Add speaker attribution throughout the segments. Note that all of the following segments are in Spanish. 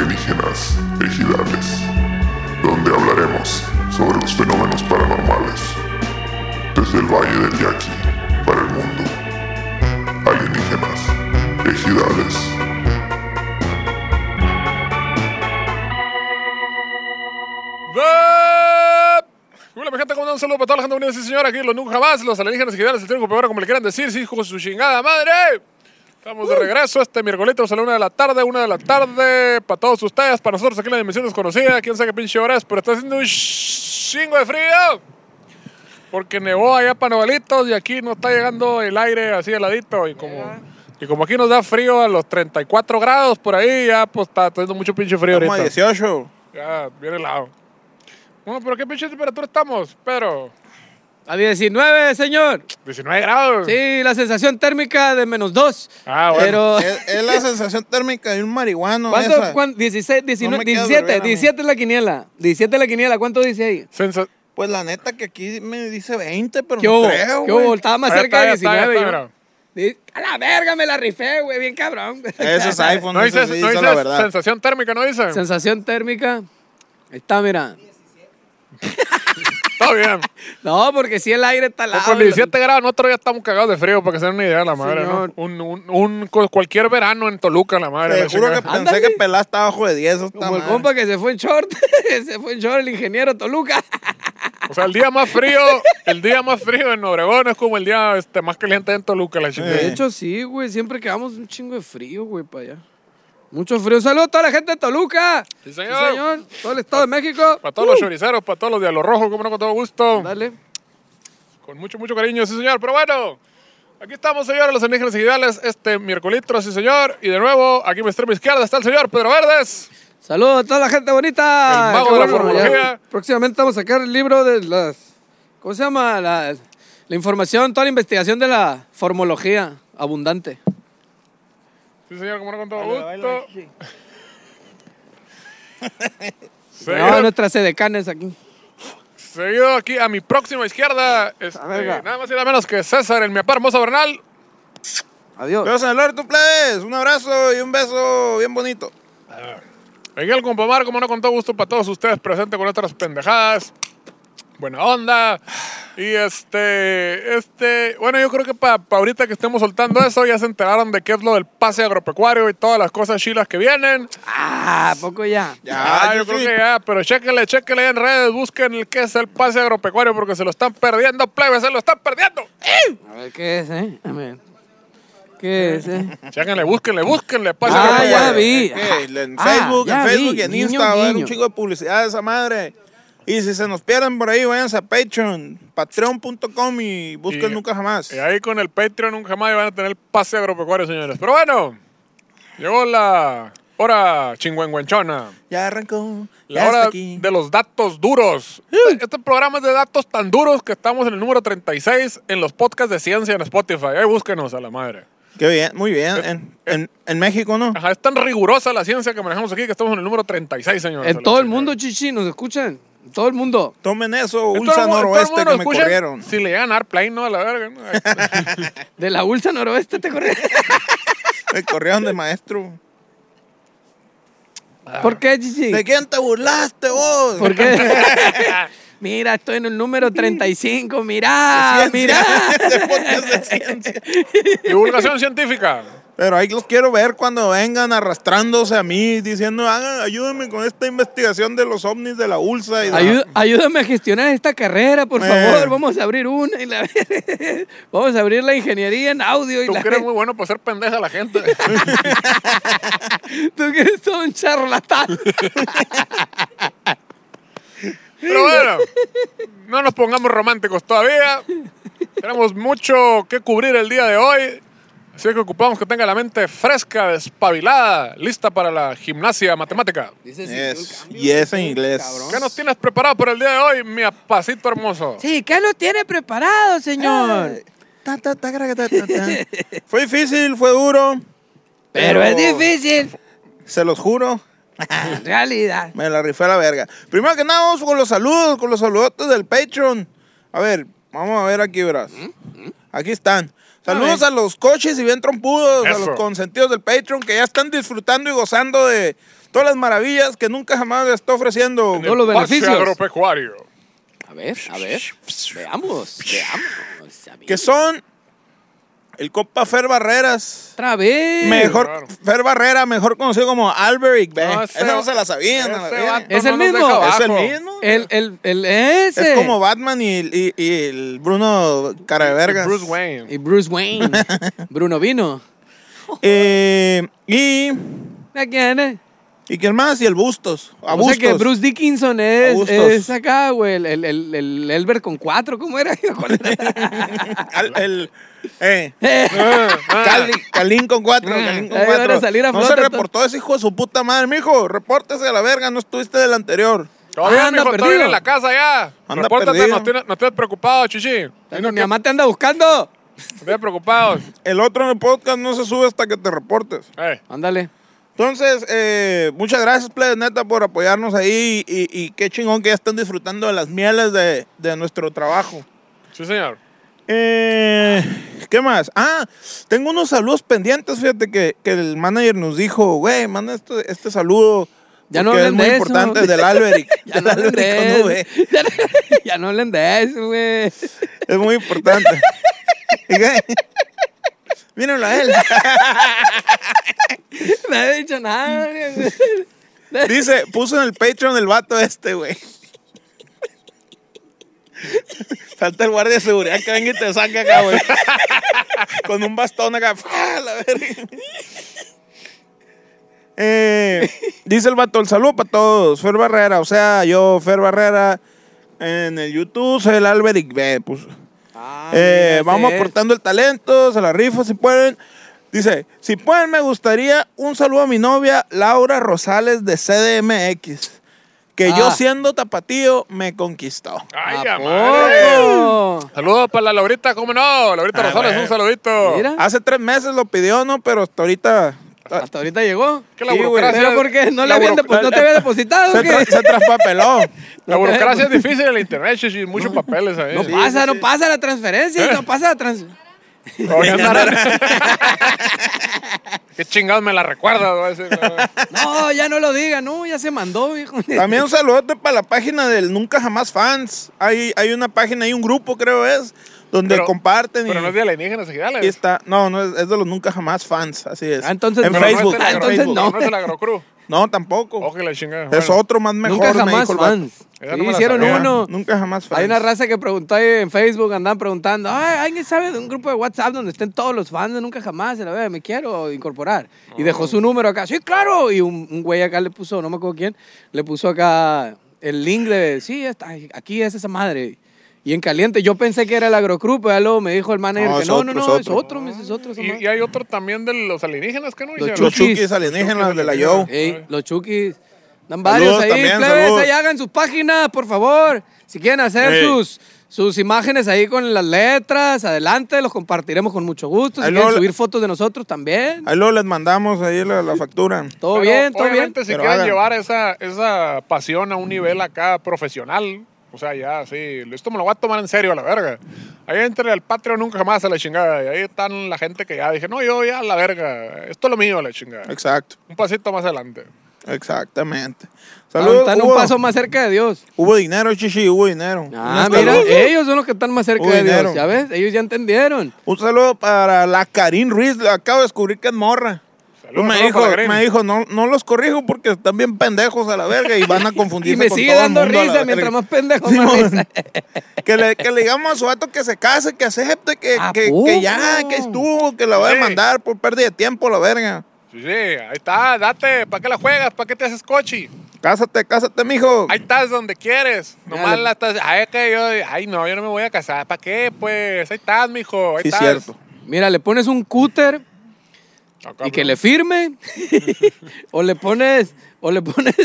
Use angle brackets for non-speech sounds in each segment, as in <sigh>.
Speaker 1: Leyendas Ejidales, donde hablaremos sobre los fenómenos paranormales desde el Valle del Yaqui para el mundo. Alienígenas, ejidales.
Speaker 2: ¡Bep! Hola, mi gente, ¿cómo andan? Un saludo para toda la gente bonita, sí, señora. Aquí los nunca jamás, los alienígenas gigantes, el triunfo peor, como le quieran decir, sí, hijo de su chingada madre. Estamos
Speaker 3: Uh.
Speaker 2: de regreso este miércoles a la una de la tarde, una de la tarde, para todos ustedes, para nosotros aquí en la Dimensión Desconocida, quién sabe qué pinche hora es, pero está haciendo un chingo de frío. Porque nevó allá para Novalitos y aquí nos está llegando el aire así heladito y como... Y como aquí nos da frío a los 34 grados por ahí, ya pues está haciendo mucho pinche frío
Speaker 3: Estamos a
Speaker 2: ahorita.
Speaker 3: 18.
Speaker 2: Ya, bien helado. Bueno, pero ¿qué pinche temperatura estamos, Pedro?
Speaker 4: A 19, señor.
Speaker 2: 19 grados.
Speaker 4: Sí, la sensación térmica de menos 2.
Speaker 2: Ah, bueno.
Speaker 3: <laughs>
Speaker 4: Pero,
Speaker 3: es, es la sensación térmica de un marihuano.
Speaker 4: ¿cuánto?
Speaker 3: esa.
Speaker 4: cuán- 16,
Speaker 3: No
Speaker 4: 19,
Speaker 3: me queda
Speaker 4: 17.
Speaker 3: dormir a mí.
Speaker 4: 17 es la quiniela. 17 es la quiniela. ¿Cuánto dice ahí?
Speaker 2: Sensa-
Speaker 3: Pues la neta que aquí me dice 20, pero
Speaker 4: ¿Qué
Speaker 3: no
Speaker 4: hubo?
Speaker 3: creo,
Speaker 4: ¿Qué
Speaker 3: güey.
Speaker 4: hubo? Estaba más
Speaker 2: Ahí
Speaker 4: cerca de
Speaker 2: está, ahí está,
Speaker 4: 19.
Speaker 2: ahí está,
Speaker 4: yo. Di- A la verga me la rifé, güey. Bien cabrón.
Speaker 3: <laughs> Ese
Speaker 4: <laughs>
Speaker 3: es iPhone,
Speaker 2: No
Speaker 3: no
Speaker 2: dice,
Speaker 3: sé si
Speaker 2: no
Speaker 3: dice
Speaker 2: dice
Speaker 3: la verdad.
Speaker 2: sensación térmica, ¿no dice?
Speaker 4: Sensación térmica. Ahí Está, mira.
Speaker 2: Está bien.
Speaker 4: <laughs> No, porque si el aire está al
Speaker 2: Pues
Speaker 4: lado.
Speaker 2: Con 17 grados nosotros ya estamos cagados de frío, para que se den una idea, la madre, ¿no?
Speaker 4: Señor.
Speaker 2: Un, un, un- cu- cualquier verano en Toluca, la madre. la
Speaker 3: Te juro
Speaker 2: chingada.
Speaker 3: que pensé
Speaker 4: Ándale.
Speaker 3: que Pelá estaba abajo de 10. eso está
Speaker 4: Como el
Speaker 3: mal.
Speaker 4: compa que se fue en short. <laughs> se fue en short el ingeniero Toluca. <laughs>
Speaker 2: O sea, el día más frío, el día más frío en Obregón es como el día este, más caliente en Toluca, la chingada.
Speaker 4: De hecho, sí, güey. Siempre quedamos un chingo de frío, güey, para allá. Mucho frío. Saludos a toda la gente de Toluca.
Speaker 2: Sí, señor.
Speaker 4: Todo el Estado de México.
Speaker 2: Para todos los choriceros, para todos los diablos rojos, como no, con todo gusto.
Speaker 4: Dale.
Speaker 2: Con mucho, mucho cariño, sí, señor. Pero bueno, aquí estamos, señor, los indígenas ideales, este miércoles, sí, señor. Y de nuevo, aquí a mi extrema izquierda está el señor Pedro Verdes.
Speaker 4: Saludos a toda la gente bonita.
Speaker 2: El mago
Speaker 4: Qué
Speaker 2: de la
Speaker 4: bueno,
Speaker 2: formología.
Speaker 4: ya Próximamente vamos a sacar el libro de las... ¿Cómo se llama? La, la información, toda la investigación de la formología abundante.
Speaker 2: Sí, señor, como no, con todo
Speaker 3: Dale, baila,
Speaker 2: gusto.
Speaker 3: sí.
Speaker 2: Seguido,
Speaker 4: No, nuestras edecanes aquí.
Speaker 2: seguido aquí a mi próxima izquierda, este,
Speaker 4: verga.
Speaker 2: nada más y nada menos que César, el mi apar hermoso Bernal.
Speaker 4: Adiós.
Speaker 3: Pero señor, tu plebes, un abrazo y un beso bien bonito.
Speaker 2: Miguel Compomar, como no, con todo gusto para todos ustedes presente con otras pendejadas. Buena onda. Y este, este, bueno, yo creo que para ahorita que estemos soltando eso, ya se enteraron de qué es lo del pase agropecuario y todas las cosas chilas que vienen.
Speaker 4: Ah, ¿a poco ya.
Speaker 3: Ya,
Speaker 2: Ah, yo creo que ya, pero chéquenle, chéquenle en redes, busquen el que es el pase agropecuario porque se lo están perdiendo, plebe, se lo están perdiendo.
Speaker 4: A ver, ¿qué es, eh? A ver. ¿Qué
Speaker 2: <laughs>
Speaker 4: es, eh?
Speaker 2: Chéquenle, búsquenle, búsquenle, pase
Speaker 4: Ah,
Speaker 2: agropecuario.
Speaker 4: ya vi.
Speaker 3: Es que En
Speaker 4: Ah,
Speaker 3: Facebook, en
Speaker 4: ya
Speaker 3: Facebook
Speaker 4: vi.
Speaker 3: y en
Speaker 4: Niño,
Speaker 3: Insta va a haber un
Speaker 4: niño.
Speaker 3: chingo de publicidad de esa madre. Y si se nos pierden por ahí, váyanse a Patreon, patreon.com y busquen
Speaker 2: Y-
Speaker 3: nunca jamás.
Speaker 2: Y ahí con el Patreon nunca más van a tener pase agropecuario, señores. Pero bueno, llegó la hora chingüengüenchona.
Speaker 3: Ya arrancó.
Speaker 2: La
Speaker 3: ya
Speaker 2: hora
Speaker 3: está aquí.
Speaker 2: de los datos duros. Este, este programa es de datos tan duros que estamos en el número 36 en los podcasts de ciencia en Spotify. Ahí búsquenos a la madre.
Speaker 3: Qué bien, muy bien. en, en- en México, ¿no?
Speaker 2: Eh, Ajá, es tan rigurosa la ciencia que manejamos aquí que estamos en el número 36, señores. a
Speaker 4: En
Speaker 2: la
Speaker 4: todo el
Speaker 2: chingada.
Speaker 4: mundo, chichi, nos escuchan. En todo el mundo.
Speaker 3: Tomen eso,
Speaker 2: En todo el mundo-
Speaker 3: Ulsa
Speaker 2: en todo el
Speaker 3: Noroeste
Speaker 2: mundo
Speaker 3: que me
Speaker 2: escuchan.
Speaker 3: corrieron.
Speaker 2: Si le llegan a dar play, no, a la verga. ¿no? Este,
Speaker 4: De la ulsa noroeste te corrí.
Speaker 3: Me corrieron de maestro.
Speaker 4: ¿Por Ah. qué, chichi?
Speaker 3: ¿De quién te burlaste vos?
Speaker 4: ¿Por <laughs> qué? mira, estoy en el número 35.
Speaker 3: ah,
Speaker 4: Mirá,
Speaker 3: <laughs>
Speaker 4: mirá. <laughs>
Speaker 3: De podcast de ciencia.
Speaker 2: <laughs> Divulgación
Speaker 3: <laughs>
Speaker 2: científica.
Speaker 3: Pero ahí los quiero ver cuando vengan arrastrándose a mí diciendo, "Hagan- ayúdenme con esta investigación de los ovnis de la ULSA. Y de la-".
Speaker 4: Ayú- ayúdame a gestionar esta carrera, por
Speaker 3: Man.
Speaker 4: favor. Vamos a abrir una. y la- <laughs> Vamos a abrir la ingeniería en audio. Y
Speaker 2: Tú
Speaker 4: la-
Speaker 2: que eres muy bueno para ser pendeja a la gente.
Speaker 4: Tú que eres todo un charlatán.
Speaker 2: Pero bueno, no nos pongamos románticos todavía. Tenemos mucho que cubrir el día de hoy. Así que ocupamos que tenga la mente fresca, despabilada, lista para la gimnasia matemática.
Speaker 4: Dices,
Speaker 3: Yes, yes en inglés.
Speaker 2: ¿Qué nos tienes preparado para el día de hoy, mi apacito hermoso?
Speaker 4: <laughs> Sí, ¿qué lo tiene preparado, señor?
Speaker 3: Ta, ta, ta, gra, ta, ta, <laughs> ta. Fue difícil, fue duro.
Speaker 4: Pero es difícil.
Speaker 3: Se los juro.
Speaker 4: En realidad.
Speaker 3: Me la rifé a la verga. Primero que nada, vamos con los saludos, con los saludotes del Patreon. A ver, vamos a ver aquí, verás.
Speaker 2: ¿Mm?
Speaker 3: Aquí están. Saludos a, los coches y bien trompudos, a
Speaker 2: Eso.
Speaker 3: los consentidos del Patreon que ya están disfrutando y gozando de, todas las maravillas que nunca jamás le está ofreciendo.
Speaker 4: Todos los
Speaker 2: Parque
Speaker 4: beneficios.
Speaker 2: agropecuario.
Speaker 5: A ver, a ver.
Speaker 4: <laughs>
Speaker 5: Veamos, veamos. amigo.
Speaker 3: Que son el compa Fer Barreras.
Speaker 4: Otra vez.
Speaker 3: Mejor,
Speaker 2: claro.
Speaker 3: Fer Barrera, mejor conocido como Alberic, ve.
Speaker 2: No, ese-
Speaker 3: Esa no se la sabían. a la
Speaker 2: ese
Speaker 3: verga.
Speaker 2: vato
Speaker 4: ¿Es
Speaker 2: no
Speaker 4: el
Speaker 2: nos
Speaker 4: mismo?
Speaker 2: deja
Speaker 3: ¿Es el
Speaker 2: abajo.
Speaker 3: mismo?
Speaker 4: El, el, el, ese.
Speaker 3: Es como Batman y, y- y el Bruno cara de vergas.
Speaker 2: Bruce Wayne. Eh,
Speaker 3: <laughs>
Speaker 4: Y Bruce Wayne. Bruno Vino.
Speaker 3: Eh, y,
Speaker 4: ¿A quién es?
Speaker 3: ¿Y quién más? Y el Bustos. A
Speaker 4: O sea
Speaker 3: Bustos.
Speaker 4: que Bruce Dickinson es,
Speaker 3: Abustos.
Speaker 4: es acá, güey. El, el, el, el Elber con cuatro, ¿cómo era? <laughs>
Speaker 3: <laughs>
Speaker 4: ¿Cuál era?
Speaker 3: <laughs> Al- el, eh,
Speaker 4: Eh,
Speaker 3: Cali- Calín con cuatro. Calín con
Speaker 4: Ah, Ahí van a
Speaker 3: cuatro.
Speaker 4: salir a
Speaker 3: no se
Speaker 4: flote,
Speaker 3: reportó ese hijo de su puta madre. Mijo, repórtese a la verga, no estuviste del anterior.
Speaker 2: Todavía,
Speaker 4: Ah, anda
Speaker 2: mijo, todavía
Speaker 4: perdido.
Speaker 2: en la casa ya.
Speaker 3: Anda
Speaker 2: Repórtate,
Speaker 3: perdido.
Speaker 2: no tienes- no estés preocupado, chichi. No
Speaker 4: Mi mamá te anda buscando.
Speaker 2: estés preocupado.
Speaker 3: El otro en el podcast no se sube hasta que te reportes.
Speaker 2: Eh,
Speaker 4: Ándale.
Speaker 3: Entonces, eh, muchas gracias, Play Neta, por apoyarnos ahí. Y, y qué chingón que ya están disfrutando de las mieles de, de nuestro trabajo.
Speaker 2: sí, señor.
Speaker 3: Eh, ¿Qué más? Ah, tengo unos saludos pendientes. Fíjate que, que el manager nos dijo, güey, manda este, este saludo.
Speaker 4: Ya no
Speaker 3: porque es
Speaker 4: hablen
Speaker 3: muy
Speaker 4: de eso.
Speaker 3: importante del Alberic.
Speaker 4: <laughs> Ya
Speaker 3: del
Speaker 4: no hablen
Speaker 3: Alberic con
Speaker 4: de
Speaker 3: V.
Speaker 4: eso. Ya, no- <laughs> ya no hablen de eso, güey. <laughs>
Speaker 3: Es muy importante. <laughs> ¿Y <laughs> qué? Mírenlo a él.
Speaker 4: No he dicho
Speaker 3: <laughs>
Speaker 4: nada,
Speaker 3: Eh,
Speaker 4: güey.
Speaker 3: Dice, puso en el Patreon el vato este, güey. Falta el guardia de seguridad que venga y te saque acá, güey. Con un bastón acá. ¡fua! La verga. Eh, dice el vato, el saludo para todos. Fer Barrera, o sea, yo, Fer Barrera, en el YouTube soy el Alberic B. Puso.
Speaker 4: Ah,
Speaker 3: Eh,
Speaker 4: mira,
Speaker 3: vamos
Speaker 4: ese es.
Speaker 3: aportando el talento, se la rifa si pueden. Dice, si pueden me gustaría un saludo a mi novia Laura Rosales de CDMX, que yo
Speaker 4: Ah.
Speaker 3: siendo tapatío me conquistó.
Speaker 2: Ay,
Speaker 4: ¿A
Speaker 3: pues.
Speaker 2: ya, madre.
Speaker 4: poco?
Speaker 2: Saludos para la Laurita, ¿cómo no? Laurita
Speaker 3: Ah,
Speaker 2: Rosales,
Speaker 3: bueno.
Speaker 2: un saludito.
Speaker 4: Mira.
Speaker 3: Hace tres meses lo pidió, ¿no? Pero hasta ahorita... ah,
Speaker 4: Hasta ahorita llegó.
Speaker 2: Que la
Speaker 3: Sí, güey,
Speaker 2: burocracia,
Speaker 4: Pero porque no, le
Speaker 3: La
Speaker 4: habían
Speaker 3: buro-
Speaker 4: depo- no te había depositado,
Speaker 3: Se,
Speaker 4: ¿qué?
Speaker 3: tra- se traspapeló.
Speaker 2: Ah, <laughs> la burocracia es difícil en el internet, chichi. Muchos papeles ahí.
Speaker 4: No pasa, no pasa la transferencia,
Speaker 3: Eh.
Speaker 4: no pasa la transferencia. <laughs>
Speaker 2: Oye, andar- <laughs> Qué chingados me la recuerdas, va a decir.
Speaker 4: No, ya no lo diga, no, ya se mandó, viejo. <laughs>
Speaker 3: También un saludote para la página del Nunca Jamás Fans. Hay, hay una página, hay un grupo, creo es, donde
Speaker 2: Pero-
Speaker 3: comparten
Speaker 2: Pero
Speaker 3: y...
Speaker 2: no es de alienígenas
Speaker 3: Aquí
Speaker 2: ejidales.
Speaker 3: está. No, no es, es de los nunca jamás fans. Así es.
Speaker 4: Ah, entonces-
Speaker 3: en
Speaker 4: Pero
Speaker 2: Pero
Speaker 3: Facebook.
Speaker 2: no es de la
Speaker 4: Ah,
Speaker 3: en
Speaker 2: Agro-
Speaker 3: Facebook.
Speaker 4: entonces no.
Speaker 2: no es de la Agrocru.
Speaker 3: No, tampoco.
Speaker 2: Ojo que la chingada.
Speaker 3: Es
Speaker 2: Bueno,
Speaker 3: otro más mejor.
Speaker 4: Nunca
Speaker 3: me
Speaker 4: jamás
Speaker 3: dijo el vato.
Speaker 4: fans.
Speaker 2: Esa no
Speaker 4: Sí,
Speaker 2: me la
Speaker 4: hicieron
Speaker 2: sabía.
Speaker 4: uno.
Speaker 3: Nunca jamás fans.
Speaker 4: Hay una raza que preguntó ahí en Facebook, andan preguntando, ay, ¿alguien sabe de un grupo de WhatsApp donde estén todos los fans de Nunca Jamás? Y la verdad, me quiero incorporar. Y
Speaker 3: Oh.
Speaker 4: dejó su número acá, sí, claro. Y un, un güey acá le puso, no me acuerdo quién, le puso acá el link de, sí, está, aquí es esa madre. Y en caliente, yo pensé que era el agrocrupo, pero ya luego me dijo el manager
Speaker 3: No,
Speaker 4: que
Speaker 3: es
Speaker 4: no,
Speaker 3: otro,
Speaker 4: no,
Speaker 3: es
Speaker 4: no, es
Speaker 3: otro.
Speaker 4: otro, me dice, es otro. esa
Speaker 2: Y,
Speaker 4: madre".
Speaker 2: y hay otro también de los alienígenas que no
Speaker 4: Los
Speaker 2: hicieron.
Speaker 3: Los
Speaker 4: chukis.
Speaker 3: chukis alienígenas de la Yo.
Speaker 4: Ey, los chukis. Dan varios ahí,
Speaker 3: también,
Speaker 4: plebes,
Speaker 3: saludos.
Speaker 4: ahí hagan sus páginas, por favor. Si quieren hacer
Speaker 3: Ey.
Speaker 4: sus, sus imágenes ahí con las letras, adelante, los compartiremos con mucho gusto. Si
Speaker 3: Ahí
Speaker 4: quieren
Speaker 3: luego-
Speaker 4: subir fotos de nosotros también.
Speaker 3: Ahí luego les mandamos ahí la, la factura.
Speaker 4: Todo
Speaker 2: Pero
Speaker 4: bien, todo bien.
Speaker 2: obviamente si
Speaker 3: Pero
Speaker 2: quieren
Speaker 3: hagan.
Speaker 2: llevar esa, esa pasión a un nivel acá profesional, o sea, ya, sí, esto me lo voy a tomar en serio a la verga. Ahí entre al Patreon nunca jamás a la chingada. Y ahí están la gente que ya dije, no, yo ya a la verga. Esto es lo mío a la chingada.
Speaker 3: Exacto.
Speaker 2: Un pasito más adelante.
Speaker 3: Exactamente.
Speaker 4: Están-
Speaker 3: Saludos.
Speaker 4: Están un
Speaker 3: Hubo,
Speaker 4: paso más cerca de Dios.
Speaker 3: hubo dinero, chichi, hubo dinero.
Speaker 4: Ah,
Speaker 3: Un
Speaker 4: mira,
Speaker 3: saludo. eh,
Speaker 4: ellos son los que están más cerca
Speaker 3: Uy,
Speaker 4: de Dios,
Speaker 3: dinero.
Speaker 4: ¿ya ves? Ellos ya entendieron.
Speaker 3: Un saludo para la Karin Ruiz. la Acabo de descubrir que es morra.
Speaker 2: Saludos,
Speaker 3: me
Speaker 2: saludos
Speaker 3: dijo,
Speaker 2: para la Karin.
Speaker 3: me dijo no, no los corrijo porque están bien pendejos a la verga y
Speaker 4: <laughs>
Speaker 3: van a confundirse
Speaker 4: Y me
Speaker 3: con
Speaker 4: sigue
Speaker 3: todo el
Speaker 4: dando
Speaker 3: mundo a la
Speaker 4: risa
Speaker 3: verga.
Speaker 4: mientras más pendejo
Speaker 3: Sí,
Speaker 4: más
Speaker 3: mon.
Speaker 4: risa.
Speaker 3: Que le, que le digamos a su vato que se case, que acepte, que,
Speaker 4: ¿A
Speaker 3: que,
Speaker 4: poco?
Speaker 3: que ya, que estuvo, que la va a
Speaker 2: Sí.
Speaker 3: demandar por pérdida de tiempo, la verga.
Speaker 2: Sí, sí, ahí está, date. ¿Para qué la juegas? ¿Para qué te haces cochi?
Speaker 3: Cásate, cásate, mijo.
Speaker 2: Ahí estás donde quieres. Nomás
Speaker 4: Dale.
Speaker 2: la estás. Ay, es que yo. Ay, no, yo no me voy a casar. ¿Para qué? Pues ahí estás, mijo. Ahí
Speaker 3: sí,
Speaker 2: estás.
Speaker 3: cierto.
Speaker 4: Mira, le pones un cúter
Speaker 2: Acá,
Speaker 4: y que
Speaker 2: ¿no?
Speaker 4: le firme <laughs> o le pones o le pones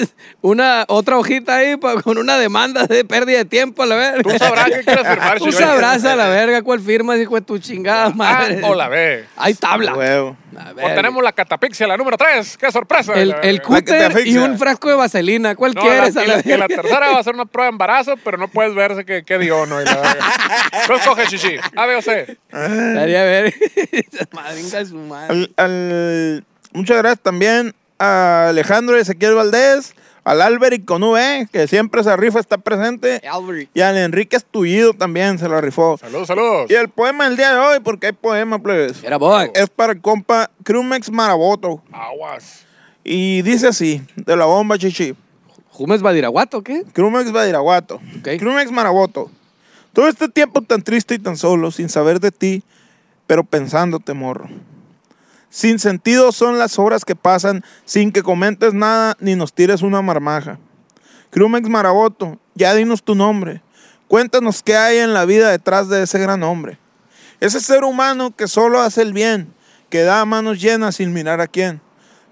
Speaker 4: una otra hojita ahí pa- con una demanda de pérdida de tiempo a la verga.
Speaker 2: Tú sabrás qué quieres firmar,
Speaker 4: Tú
Speaker 2: señor.
Speaker 4: sabrás a la verga cuál firma hijo de tu chingada
Speaker 2: Ah,
Speaker 4: madre.
Speaker 2: o la B.
Speaker 4: Hay tabla.
Speaker 3: Huevo.
Speaker 4: A
Speaker 2: O
Speaker 4: ver,
Speaker 2: Pues tenemos la catapixia, la número 3. ¡Qué sorpresa!
Speaker 4: el,
Speaker 2: La-
Speaker 4: el
Speaker 3: que te
Speaker 4: cúter y
Speaker 3: asfixia.
Speaker 4: un frasco de vaselina. ¿Cuál
Speaker 2: No,
Speaker 4: quieres
Speaker 2: la,
Speaker 4: a
Speaker 2: y
Speaker 4: la
Speaker 2: la- y la
Speaker 4: verga?
Speaker 2: tercera va a ser una prueba de embarazo, pero no puedes verse que, que dio o no. y la verga. Tú escoges, chichi. A, B o C.
Speaker 4: <laughs> Estaría a ver. Esa madringa es su madre.
Speaker 3: Al- al- muchas gracias también a Alejandro Ezequiel Valdés, al Alberic con V, que siempre se rifa, está presente.
Speaker 4: Albert.
Speaker 3: Y al Enrique Estullido también se la rifó.
Speaker 2: Saludos, saludos.
Speaker 3: Y el poema del día de hoy, porque hay poema, plebes.
Speaker 4: Era boy.
Speaker 2: Oh.
Speaker 3: Es para el compa Crumex Maraboto.
Speaker 2: Aguas.
Speaker 3: Y dice así, de la bomba chichi.
Speaker 4: ¿Jumes Badiraguato o qué?
Speaker 3: Crumex Badiraguato.
Speaker 4: Ok.
Speaker 3: Crumex Maraboto. Todo este tiempo tan triste y tan solo, sin saber de ti, pero pensándote, morro. Sin sentido son las horas que pasan sin que comentes nada ni nos tires una marmaja. Crumex Maraboto, ya dinos tu nombre. Cuéntanos qué hay en la vida detrás de ese gran hombre. Ese ser humano que solo hace el bien, que da a manos llenas sin mirar a quién.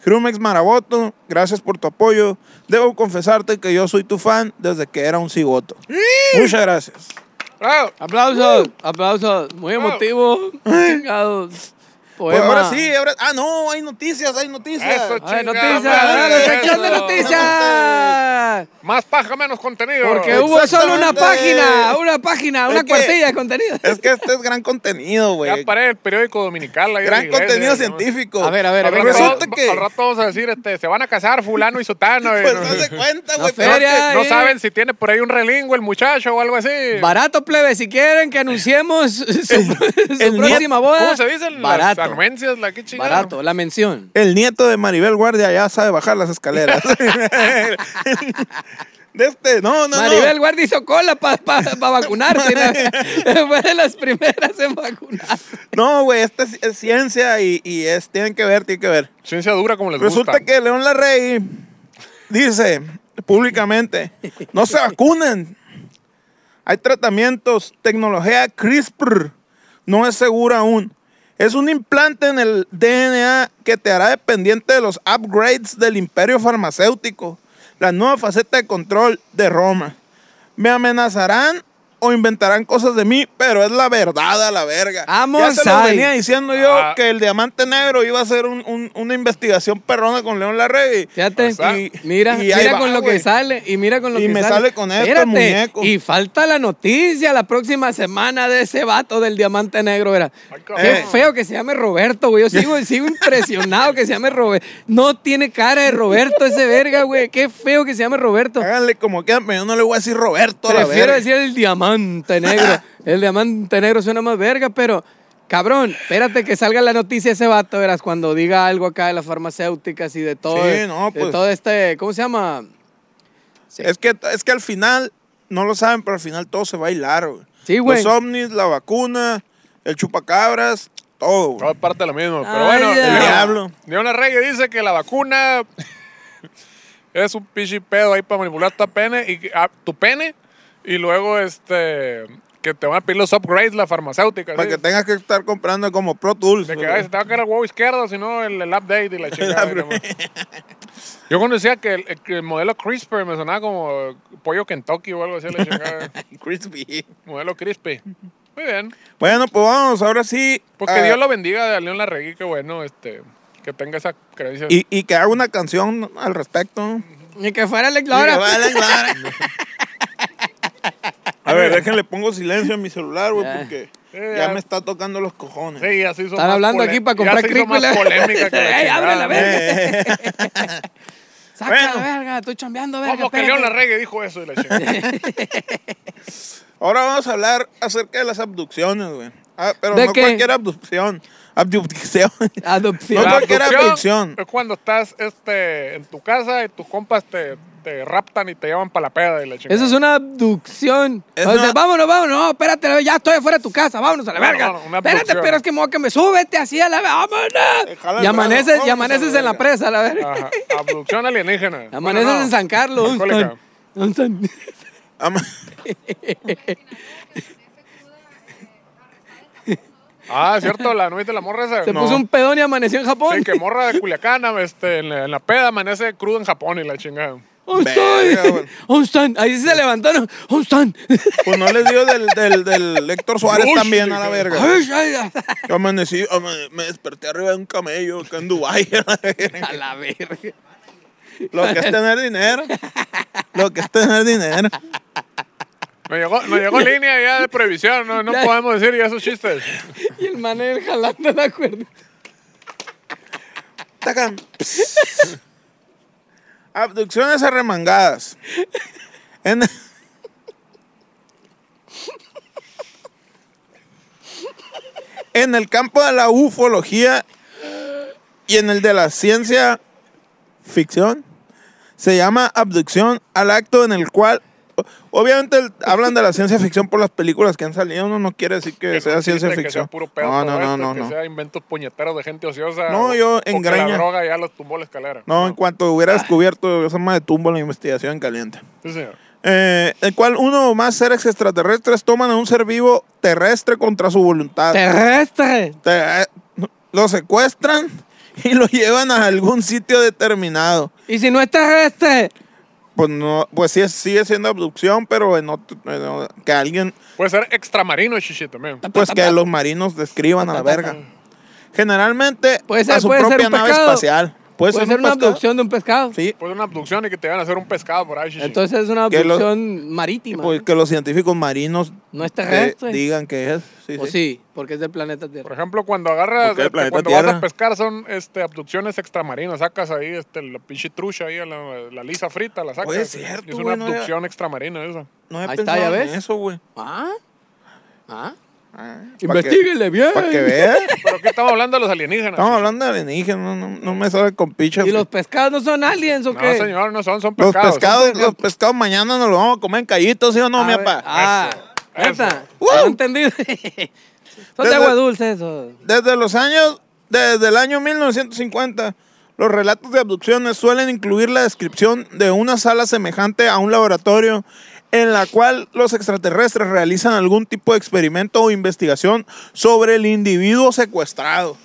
Speaker 3: Crumex Maraboto, gracias por tu apoyo. Debo confesarte que yo soy tu fan desde que era un cigoto.
Speaker 2: Mm.
Speaker 3: Muchas gracias.
Speaker 2: Bravo.
Speaker 4: Aplausos, aplausos. Muy
Speaker 2: Oh.
Speaker 4: emotivo. Chingados.
Speaker 3: Pues
Speaker 4: Poema.
Speaker 3: ahora sí, ahora... Ah, no, hay noticias, hay noticias.
Speaker 2: Eso,
Speaker 4: Ay,
Speaker 2: Chinga
Speaker 4: noticias,
Speaker 2: madre,
Speaker 4: dale, sección de
Speaker 2: eso.
Speaker 4: noticias.
Speaker 2: Más paja, menos contenido.
Speaker 4: Porque
Speaker 3: uh,
Speaker 4: hubo solo una
Speaker 3: Exactamente.
Speaker 4: página, una página, una
Speaker 3: que-
Speaker 4: cuartilla de contenido.
Speaker 3: Es que este es gran contenido,
Speaker 2: Ya
Speaker 3: güey.
Speaker 2: paré el periódico dominical. ahí de la
Speaker 3: Gran
Speaker 2: iglesia,
Speaker 3: contenido
Speaker 2: ¿no?
Speaker 3: científico.
Speaker 4: A ver, a ver, a
Speaker 2: Al
Speaker 4: ver.
Speaker 2: rato,
Speaker 3: Resulta que-
Speaker 2: al rato vamos a decir, este, se van a casar fulano y sotano.
Speaker 3: <laughs> Pues haz de cuenta, güey. pero-
Speaker 2: <laughs>
Speaker 4: feria.
Speaker 2: no
Speaker 4: eh.
Speaker 2: saben si tiene por ahí un relingo el muchacho o algo así.
Speaker 4: Barato, plebe, si quieren que anunciemos su, su
Speaker 3: el
Speaker 4: próxima boda.
Speaker 2: ¿Cómo se dicen
Speaker 4: Barato.
Speaker 2: las anuencias? La, qué chingada?
Speaker 4: Barato, la mención.
Speaker 3: El nieto de Maribel Guardia ya sabe bajar
Speaker 2: <laughs>
Speaker 3: las escaleras. <laughs> de este, no, no,
Speaker 4: Maribel
Speaker 3: no.
Speaker 4: Guardia hizo cola para vacunarse. la- <laughs> Fue de las primeras en vacunarse.
Speaker 3: No, güey, esta es, es ciencia y, y es, tienen que ver, tienen que ver.
Speaker 2: Ciencia dura como les
Speaker 3: Resulta
Speaker 2: gusta.
Speaker 3: que León Larrey dice públicamente, no se vacunen. Hay tratamientos, tecnología CRISPR, no es segura aún. Es un implante en el DNA que te hará dependiente de los upgrades del imperio farmacéutico, la nueva faceta de control de Roma. Me amenazarán o inventarán cosas de mí, pero es la verdad a la verga. ya
Speaker 4: Vamos
Speaker 3: se lo
Speaker 4: ahí.
Speaker 3: venía diciendo yo
Speaker 2: Ah.
Speaker 3: que el diamante negro iba a ser un- un- una investigación perrona con León Larrey.
Speaker 4: Fíjate,
Speaker 2: sea,
Speaker 4: y- mira,
Speaker 3: y ahí
Speaker 4: mira
Speaker 3: va,
Speaker 4: con lo
Speaker 3: güey.
Speaker 4: que sale y mira con lo
Speaker 3: Y
Speaker 4: que
Speaker 3: me
Speaker 4: sale.
Speaker 3: sale con esto, el
Speaker 4: Espérate,
Speaker 3: muñeco.
Speaker 4: Y falta la noticia la próxima semana de ese vato del diamante negro, era.
Speaker 2: Ay, cabrón.
Speaker 4: Qué
Speaker 3: Eh.
Speaker 4: feo que se llame Roberto, güey. Yo
Speaker 3: <laughs>
Speaker 4: sigo, sigo impresionado que se llame Roberto. No tiene cara de Roberto ese verga, güey. Qué feo que se llame Roberto.
Speaker 3: Háganle como quieran, pero yo no le voy a decir Roberto a la
Speaker 4: Prefiero
Speaker 3: verga.
Speaker 4: decir el
Speaker 2: <laughs>
Speaker 4: diamante negro. el diamante negro suena más verga, pero cabrón, espérate que salga la noticia ese vato, verás, cuando diga algo acá de las farmacéuticas y de todo.
Speaker 3: Sí, no,
Speaker 4: de
Speaker 3: pues.
Speaker 4: todo este, ¿cómo se llama?
Speaker 3: Es que, es que al final, no lo saben, pero al final todo se va a hilar, güey.
Speaker 4: Sí, güey.
Speaker 3: Los ovnis, la vacuna, el chupacabras, todo, güey.
Speaker 2: Todo es parte de lo mismo. Pero
Speaker 4: Ay,
Speaker 2: bueno,
Speaker 4: ya.
Speaker 2: Leona-
Speaker 3: Diablo.
Speaker 2: Leona Reyes dice que la vacuna <laughs> es un pichi pedo ahí para manipular tu pene y que- ah, tu pene y luego este que te van a pedir los upgrades la farmacéutica.
Speaker 3: Para
Speaker 2: ¿sí?
Speaker 3: que tengas que estar comprando como Pro Tools.
Speaker 2: De que
Speaker 3: güey.
Speaker 2: ay, se
Speaker 3: <laughs>
Speaker 2: te va a caer el huevo izquierdo, si no el, el update y la chingada. y demás. Yo conocía que el, que el modelo CRISPR me sonaba como pollo Kentucky o algo así. La
Speaker 3: <laughs>
Speaker 2: chingada.
Speaker 3: Crispy.
Speaker 2: modelo crispy. Muy bien.
Speaker 3: Bueno, pues vamos, ahora sí.
Speaker 2: Pues que
Speaker 3: ah,
Speaker 2: Dios lo bendiga a León Larregui, que bueno, este, que tenga esa creencia.
Speaker 3: y, y que haga una canción al respecto.
Speaker 4: Ni que fuera pues, Alex
Speaker 3: Mira,
Speaker 4: Lora.
Speaker 3: vale, claro. A ver, déjenle pongo silencio en mi celular, güey,
Speaker 4: Ya.
Speaker 3: porque
Speaker 2: Eh,
Speaker 3: ya
Speaker 2: ya.
Speaker 3: me está tocando los cojones.
Speaker 2: Sí, ya se hizo
Speaker 4: Están
Speaker 2: más
Speaker 4: hablando
Speaker 2: pole-
Speaker 4: aquí para
Speaker 2: ya
Speaker 4: comprar
Speaker 2: se hizo
Speaker 4: crico y
Speaker 2: más
Speaker 4: la-
Speaker 2: polémica
Speaker 4: <laughs>
Speaker 2: que la
Speaker 4: Ey,
Speaker 2: chingada.
Speaker 4: ábrela, ve.
Speaker 3: Eh,
Speaker 4: Saca la
Speaker 3: Bueno.
Speaker 4: verga, estoy chambeando, verga.
Speaker 2: ¿Cómo que
Speaker 4: espérate.
Speaker 2: León Larregui dijo eso y la chingada?
Speaker 3: ahora vamos a hablar acerca de las abducciones, güey. Ah, pero
Speaker 4: ¿De
Speaker 3: no
Speaker 4: qué?
Speaker 3: cualquier abducción. Abducción.
Speaker 4: Adopción.
Speaker 3: No,
Speaker 2: La
Speaker 3: cualquier
Speaker 2: abducción
Speaker 3: abducción.
Speaker 2: Es cuando estás este, en tu casa y tus compas te, te raptan y te llevan para la peda y la chingada.
Speaker 4: Eso es una abducción.
Speaker 3: Es
Speaker 4: o sea,
Speaker 3: una-
Speaker 4: vámonos, vámonos. No, espérate, la- ya estoy afuera de tu casa. Vámonos a la
Speaker 2: No,
Speaker 4: verga.
Speaker 2: no, no, una
Speaker 4: espérate,
Speaker 2: abducción.
Speaker 4: pero es que me voy a que me súbete así a la verga.
Speaker 3: Eh,
Speaker 4: ¡Vámonos!
Speaker 3: jala
Speaker 4: Y
Speaker 3: el brazo,
Speaker 4: amaneces,
Speaker 3: vámonos
Speaker 4: y
Speaker 3: a
Speaker 4: amaneces
Speaker 3: la
Speaker 4: en la
Speaker 3: verga.
Speaker 4: presa, a la verga.
Speaker 2: Ajá, abducción
Speaker 4: <laughs>
Speaker 2: alienígena.
Speaker 4: Amaneces
Speaker 2: Ah. Bueno, no,
Speaker 4: en San Carlos. ¿Dónde
Speaker 2: alcohólica.
Speaker 4: están?
Speaker 2: <laughs>
Speaker 4: ¿Dónde están?
Speaker 3: Ama-
Speaker 2: Ah, cierto, la noche de la morra esa.
Speaker 4: Se
Speaker 2: No.
Speaker 4: puso un pedón y amaneció en Japón.
Speaker 2: Sí,
Speaker 4: <laughs>
Speaker 2: que morra de Culiacana, este, en, la, en la peda amanece crudo en Japón y la chingada.
Speaker 4: ¿Dónde
Speaker 3: Verga,
Speaker 4: estoy?
Speaker 3: güey.
Speaker 4: ¿Dónde están? Ahí sí se levantaron. ¿Dónde están?
Speaker 3: Pues no les digo del, del, del Héctor Suárez
Speaker 2: Uy,
Speaker 3: también a la
Speaker 2: sí.
Speaker 3: verga.
Speaker 4: <laughs> Ay, ay, ay.
Speaker 3: Yo amanecí, ama- me desperté arriba de un camello acá en Dubái. <laughs>
Speaker 4: A la verga.
Speaker 3: Lo que es tener dinero. Lo que es tener dinero.
Speaker 2: Nos llegó, nos
Speaker 4: <laughs>
Speaker 2: llegó línea ya de previsión, no, no
Speaker 4: Ya.
Speaker 2: podemos decir ya esos chistes.
Speaker 4: Y el man jalando la cuerda.
Speaker 3: Tacan. <laughs> Abducciones arremangadas. En- <laughs> en el campo de la ufología y en el de la ciencia ficción se llama abducción al acto en el cual o- obviamente el- hablan de la ciencia ficción por las películas que han salido uno no quiere decir que,
Speaker 2: Que no
Speaker 3: sea
Speaker 2: existe,
Speaker 3: ciencia
Speaker 2: que sea
Speaker 3: ficción
Speaker 2: puro pedo
Speaker 3: no no
Speaker 2: todo
Speaker 3: no
Speaker 2: esto,
Speaker 3: no
Speaker 2: que
Speaker 3: no
Speaker 2: sea inventos puñeteros de gente ociosa.
Speaker 3: No,
Speaker 2: o-
Speaker 3: yo
Speaker 2: o que
Speaker 3: engraña.
Speaker 2: la droga ya los tumbó la escalera.
Speaker 3: no en cuanto hubiera descubierto esa madre tumbo la investigación en caliente
Speaker 2: Sí, señor.
Speaker 3: Eh, el cual uno o más seres extraterrestres toman a un ser vivo terrestre contra su voluntad
Speaker 4: Terrestre.
Speaker 3: Te- lo secuestran y lo llevan a algún sitio determinado
Speaker 4: Y si no es terrestre,
Speaker 3: Pues no, pues sí es- sigue siendo abducción, pero en otro- en o- que alguien,
Speaker 2: Puede ser extramarino, chichi, también.
Speaker 3: pues que los marinos describan a la verga. Generalmente
Speaker 4: Puede ser-
Speaker 3: a su
Speaker 4: puede ser
Speaker 3: propia
Speaker 4: un
Speaker 3: nave
Speaker 4: pescado.
Speaker 3: espacial. Puede,
Speaker 4: puede
Speaker 2: Pues,
Speaker 4: ser, una
Speaker 3: pescado.
Speaker 4: abducción de un pescado.
Speaker 3: Sí.
Speaker 2: Puede ser una abducción y que te van a hacer un pescado por ahí, chichi.
Speaker 4: Entonces es una
Speaker 3: Que lo-
Speaker 4: abducción marítima.
Speaker 3: Pues que los científicos marinos
Speaker 4: no es
Speaker 3: de-
Speaker 4: terrestre.
Speaker 3: Eh, digan que es. Sí,
Speaker 4: o
Speaker 3: sí.
Speaker 4: sí, porque es del planeta
Speaker 2: por
Speaker 4: Tierra.
Speaker 2: ejemplo, cuando agarras,
Speaker 3: Porque el
Speaker 2: este,
Speaker 3: planeta
Speaker 2: cuando vas
Speaker 3: Tierra.
Speaker 2: a pescar son este, abducciones extramarinas. Sacas ahí este, la pinche trucha, ahí, a la, la lisa frita, la sacas.
Speaker 3: Oye, es cierto,
Speaker 2: es una
Speaker 3: güey, no había-
Speaker 2: abducción extramarina esa.
Speaker 3: No he
Speaker 4: Ahí está,
Speaker 3: pensado
Speaker 4: ¿ya
Speaker 3: en
Speaker 4: ves?
Speaker 3: eso, güey.
Speaker 4: ¿Ah? ¿Ah?
Speaker 3: Ah,
Speaker 4: Investíguele bien.
Speaker 3: Para <laughs> que vean.
Speaker 2: Pero aquí estamos hablando de los alienígenas.
Speaker 3: Estamos
Speaker 2: chichi.
Speaker 3: hablando de alienígenas, no, no, no me sabe con pichas.
Speaker 4: ¿Y los pescados no son aliens o
Speaker 2: No,
Speaker 4: qué?
Speaker 2: señor, no son, son
Speaker 3: Los
Speaker 2: pescados.
Speaker 3: pescados, los pescados mañana nos los vamos a comer en callitos, ¿sí o no,
Speaker 4: A
Speaker 3: mi
Speaker 4: ver,
Speaker 3: papá?
Speaker 4: Ah,
Speaker 2: Eso,
Speaker 4: neta.
Speaker 3: eso.
Speaker 4: No entendí. <laughs> son de
Speaker 3: Desde- Eh.
Speaker 4: agua dulce eso.
Speaker 3: Desde los años, desde el año 1950, los relatos de abducciones suelen incluir la descripción de una sala semejante a un laboratorio en la cual los extraterrestres realizan algún tipo de experimento o investigación sobre el individuo secuestrado.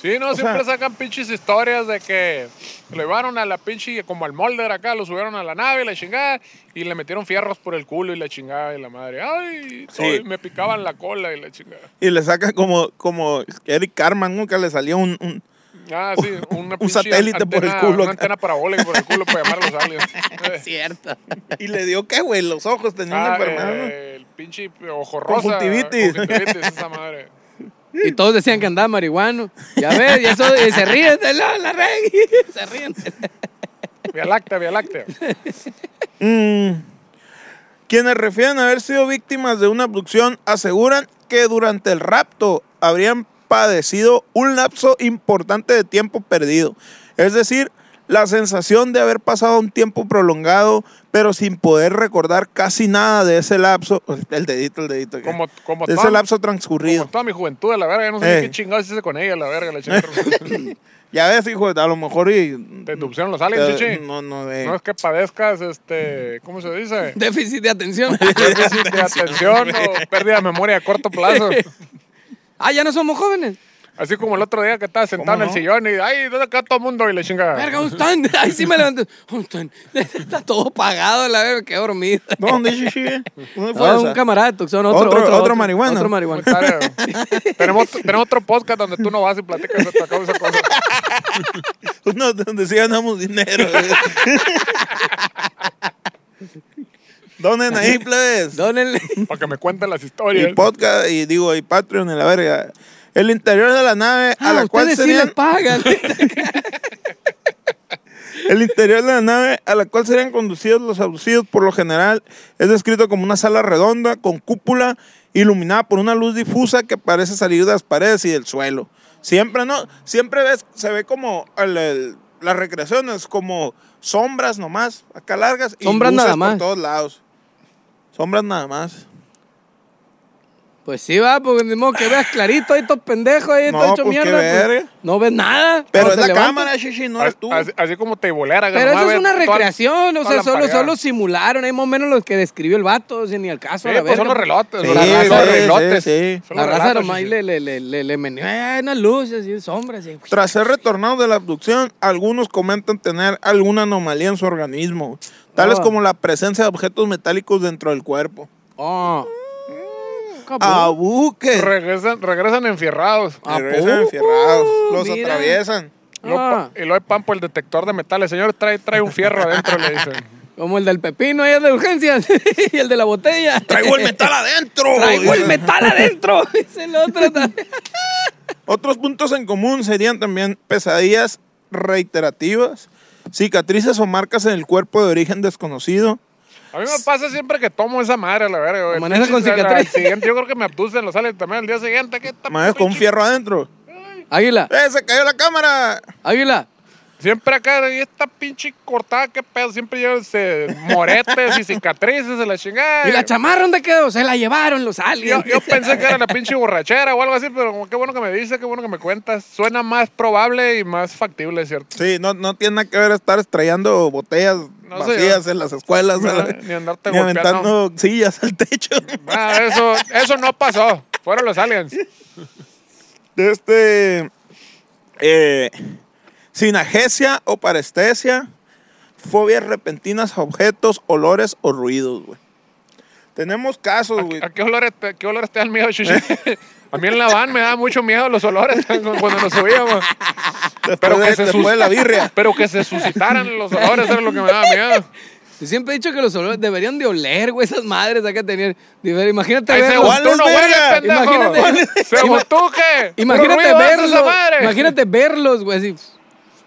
Speaker 2: Sí, no, siempre
Speaker 3: sea-
Speaker 2: sacan pinches historias de que lo llevaron a la pinche, como al molder acá, lo subieron a la nave y la chingada, y le metieron fierros por el culo y la chingada y la madre. Ay,
Speaker 3: Sí.
Speaker 2: ay, me picaban la cola y la chingada.
Speaker 3: Y le saca como, como Eric Carman, nunca le salía un... un-
Speaker 2: Ah, sí, una
Speaker 3: <laughs> Un
Speaker 2: pinche
Speaker 3: satélite por el
Speaker 2: antena-
Speaker 3: culo acá.
Speaker 2: Una antena parabólica por el culo para llamar a los aliens.
Speaker 3: <laughs>
Speaker 4: Es cierto.
Speaker 3: y le dio, ¿qué, güey? Los ojos tenían una
Speaker 2: Ah,
Speaker 3: enfermedad.
Speaker 2: eh, el pinche ojo rosa.
Speaker 3: Conjuntivitis.
Speaker 2: Conjuntivitis, esa madre.
Speaker 4: Y todos decían que andaba marihuano. Ya ves, y eso, y se ríen de la, la reg, <laughs> se ríen.
Speaker 2: Vía láctea, vía láctea.
Speaker 3: Mm. Quienes refieren haber sido víctimas de una abducción aseguran que durante el rapto habrían padecido un lapso importante de tiempo perdido. Es decir, la sensación de haber pasado un tiempo prolongado, pero sin poder recordar casi nada de ese lapso. <laughs> El dedito, el dedito. acá.
Speaker 2: Como, como,
Speaker 3: de ese
Speaker 2: toda,
Speaker 3: lapso
Speaker 2: como
Speaker 3: transcurrido.
Speaker 2: toda mi juventud, a la verga. No sé
Speaker 3: Eh.
Speaker 2: ni qué chingados hice con ella, a la verga, la
Speaker 3: <laughs>
Speaker 2: chingada.
Speaker 3: Ya ves, hijo, a lo mejor y.
Speaker 2: Te inducieron los aliens,
Speaker 3: Te-
Speaker 2: chichi.
Speaker 3: No, no, eh.
Speaker 2: No es que padezcas, este, ¿cómo se dice?
Speaker 3: <laughs>
Speaker 4: Déficit de atención.
Speaker 2: Déficit de atención o pérdida de memoria a corto plazo.
Speaker 4: Ah, ya no somos jóvenes.
Speaker 2: Así como el otro día que estaba sentado
Speaker 3: ¿Cómo
Speaker 2: en el sillón y, ay, ¿dónde queda todo el mundo? Y la chinga.
Speaker 3: Ah.
Speaker 4: Verga, un stand. <laughs> Ahí sí me levanté. Un stand. <laughs> Está todo pagado, la verga,
Speaker 3: <laughs>
Speaker 4: qué dormido.
Speaker 3: ¿Dónde, chichi? eh. ¿Dónde fue
Speaker 4: No,
Speaker 3: esa?
Speaker 4: un camarada de Tucson, otro,
Speaker 3: pues, ah, Otro-
Speaker 4: otro,
Speaker 3: otro marihuano.
Speaker 2: Muy
Speaker 4: Otro
Speaker 3: <laughs>
Speaker 4: marihuano.
Speaker 2: tarde. eh.
Speaker 4: <laughs>
Speaker 2: tenemos, tenemos otro podcast donde tú no vas y platicas de tu causa cosa.
Speaker 3: Pues No, donde sí ganamos dinero. eh. <laughs> Donen ahí, plebes.
Speaker 4: Dónenle.
Speaker 2: Para que me cuenten las
Speaker 3: Y
Speaker 2: historias.
Speaker 3: podcast, y digo, y Patreon, y la verga. El interior de la nave a
Speaker 4: Ah,
Speaker 3: la cual
Speaker 4: ustedes sí les
Speaker 3: serían, <laughs>
Speaker 4: pagan. <laughs>
Speaker 3: el interior de la nave a la cual serían conducidos los abducidos por lo general es descrito como una sala redonda con cúpula iluminada por una luz difusa que parece salir de las paredes y del suelo. Siempre no, siempre ves, se ve como el- el- las recreaciones como sombras nomás, acá largas y
Speaker 4: Sombras
Speaker 3: luces
Speaker 4: nada
Speaker 3: por
Speaker 4: más.
Speaker 3: todos lados. Sombras nada más.
Speaker 4: Pues sí, va, porque ni modo que veas clarito ahí estos pendejos ahí,
Speaker 3: No,
Speaker 4: todo hecho
Speaker 3: pues, qué
Speaker 4: mierda. pues,
Speaker 3: verga.
Speaker 4: no ves nada.
Speaker 3: Pero
Speaker 4: Cuando
Speaker 3: es
Speaker 4: te
Speaker 3: la
Speaker 4: levantas.
Speaker 3: cámara, Shishi, no eres
Speaker 2: así,
Speaker 3: tú.
Speaker 2: así- así como te volera.
Speaker 4: Pero eso es una recreación, o sea, solo, solo
Speaker 2: sí,
Speaker 4: simularon, ahí más o menos los que describió el vato, o sea, ni al caso. a la
Speaker 2: pues son
Speaker 4: verga.
Speaker 2: los relotes.
Speaker 3: Sí,
Speaker 2: los relotes, los
Speaker 3: sí, sí,
Speaker 2: relotes.
Speaker 3: sí.
Speaker 2: Son
Speaker 4: La
Speaker 2: los
Speaker 4: raza
Speaker 2: relatos,
Speaker 4: nomás ahí
Speaker 2: chichi.
Speaker 4: le, le, le, le, le meneó, eh, unas luces y sombras. Y,
Speaker 3: Tras ser retornados de la abducción, algunos comentan tener alguna anomalía en su organismo, tales
Speaker 4: Ah.
Speaker 3: como la presencia de objetos metálicos dentro del cuerpo. Ah,
Speaker 4: oh.
Speaker 2: Mm. Ah,
Speaker 4: Cabrón.
Speaker 3: ¡Abuque!
Speaker 2: Regresan, regresan enfierrados.
Speaker 4: ¿A
Speaker 3: Regresan
Speaker 4: poco?
Speaker 3: enfierrados, los
Speaker 4: Mira.
Speaker 3: atraviesan.
Speaker 2: Luego
Speaker 4: Ah.
Speaker 2: pa- Y luego el Pampo, el detector de metales. Señor, trae, trae un fierro adentro, le dicen.
Speaker 4: Como el del pepino ahí el de urgencias <laughs> y el de la botella.
Speaker 3: ¡Traigo el metal adentro!
Speaker 4: <laughs> Traigo el
Speaker 3: <laughs>
Speaker 4: metal adentro. <laughs> Dice el otro también.
Speaker 3: Otros puntos en común serían también pesadillas reiterativas, cicatrices o marcas en el cuerpo de origen desconocido.
Speaker 2: A mí me pasa siempre que tomo esa madre, la verga, güey.
Speaker 4: Amaneces con
Speaker 2: Al- al- al
Speaker 4: cicatriz.
Speaker 2: siguiente, yo creo que me abducen, lo salen también el día siguiente. ¿Qué está
Speaker 3: Madre, con un fierro adentro.
Speaker 4: Águila,
Speaker 3: ¡Eh, se cayó la cámara!
Speaker 4: águila.
Speaker 2: Siempre acá, y esta pinche cortada, qué pedo. Siempre llevan este, moretes y cicatrices de la chingada.
Speaker 4: ¿Y la chamarra dónde quedó? Se la llevaron los
Speaker 2: yo,
Speaker 4: aliens.
Speaker 2: yo pensé que era la pinche borrachera o algo así, pero como qué bueno que me dices, qué bueno que me cuentas. Suena más probable y más factible, ¿cierto?
Speaker 3: Sí, no, no tiene nada que ver estar estrellando botellas
Speaker 2: No,
Speaker 3: vacías
Speaker 2: señor.
Speaker 3: en las
Speaker 2: <laughs>
Speaker 3: escuelas.
Speaker 2: Ni-
Speaker 3: ¿verdad?
Speaker 2: ni andarte
Speaker 3: Ni
Speaker 2: golpeando.
Speaker 3: aventando sillas al techo. <laughs>
Speaker 2: Ah, eso, eso no pasó. Fueron los aliens.
Speaker 3: Este. Eh, sinagesia o parestesia. Fobias repentinas a objetos, olores o ruidos, güey. Tenemos casos, güey.
Speaker 2: ¿A qué olores te, qué olores te dan miedo, Chuchi? <laughs> A mí en la van me da mucho miedo los olores <laughs> cuando nos subíamos.
Speaker 3: Después, de, después
Speaker 2: sus-
Speaker 3: de la birria.
Speaker 2: pero que se suscitaran los olores era lo que me daba miedo.
Speaker 4: Yo siempre he dicho que los olores deberían de oler, güey, esas madres acá tenían. Diver- Imagínate
Speaker 2: Ahí
Speaker 4: ver.
Speaker 2: se
Speaker 3: ¿Cuál
Speaker 2: gustó,
Speaker 3: es
Speaker 2: no
Speaker 3: verga?
Speaker 2: huele, pendejo.
Speaker 4: Imagínate-
Speaker 2: Se gustó que.
Speaker 4: Imagínate
Speaker 2: Puro ruido hace esa
Speaker 4: verlos.
Speaker 2: madre.
Speaker 4: Imagínate verlos, güey. así.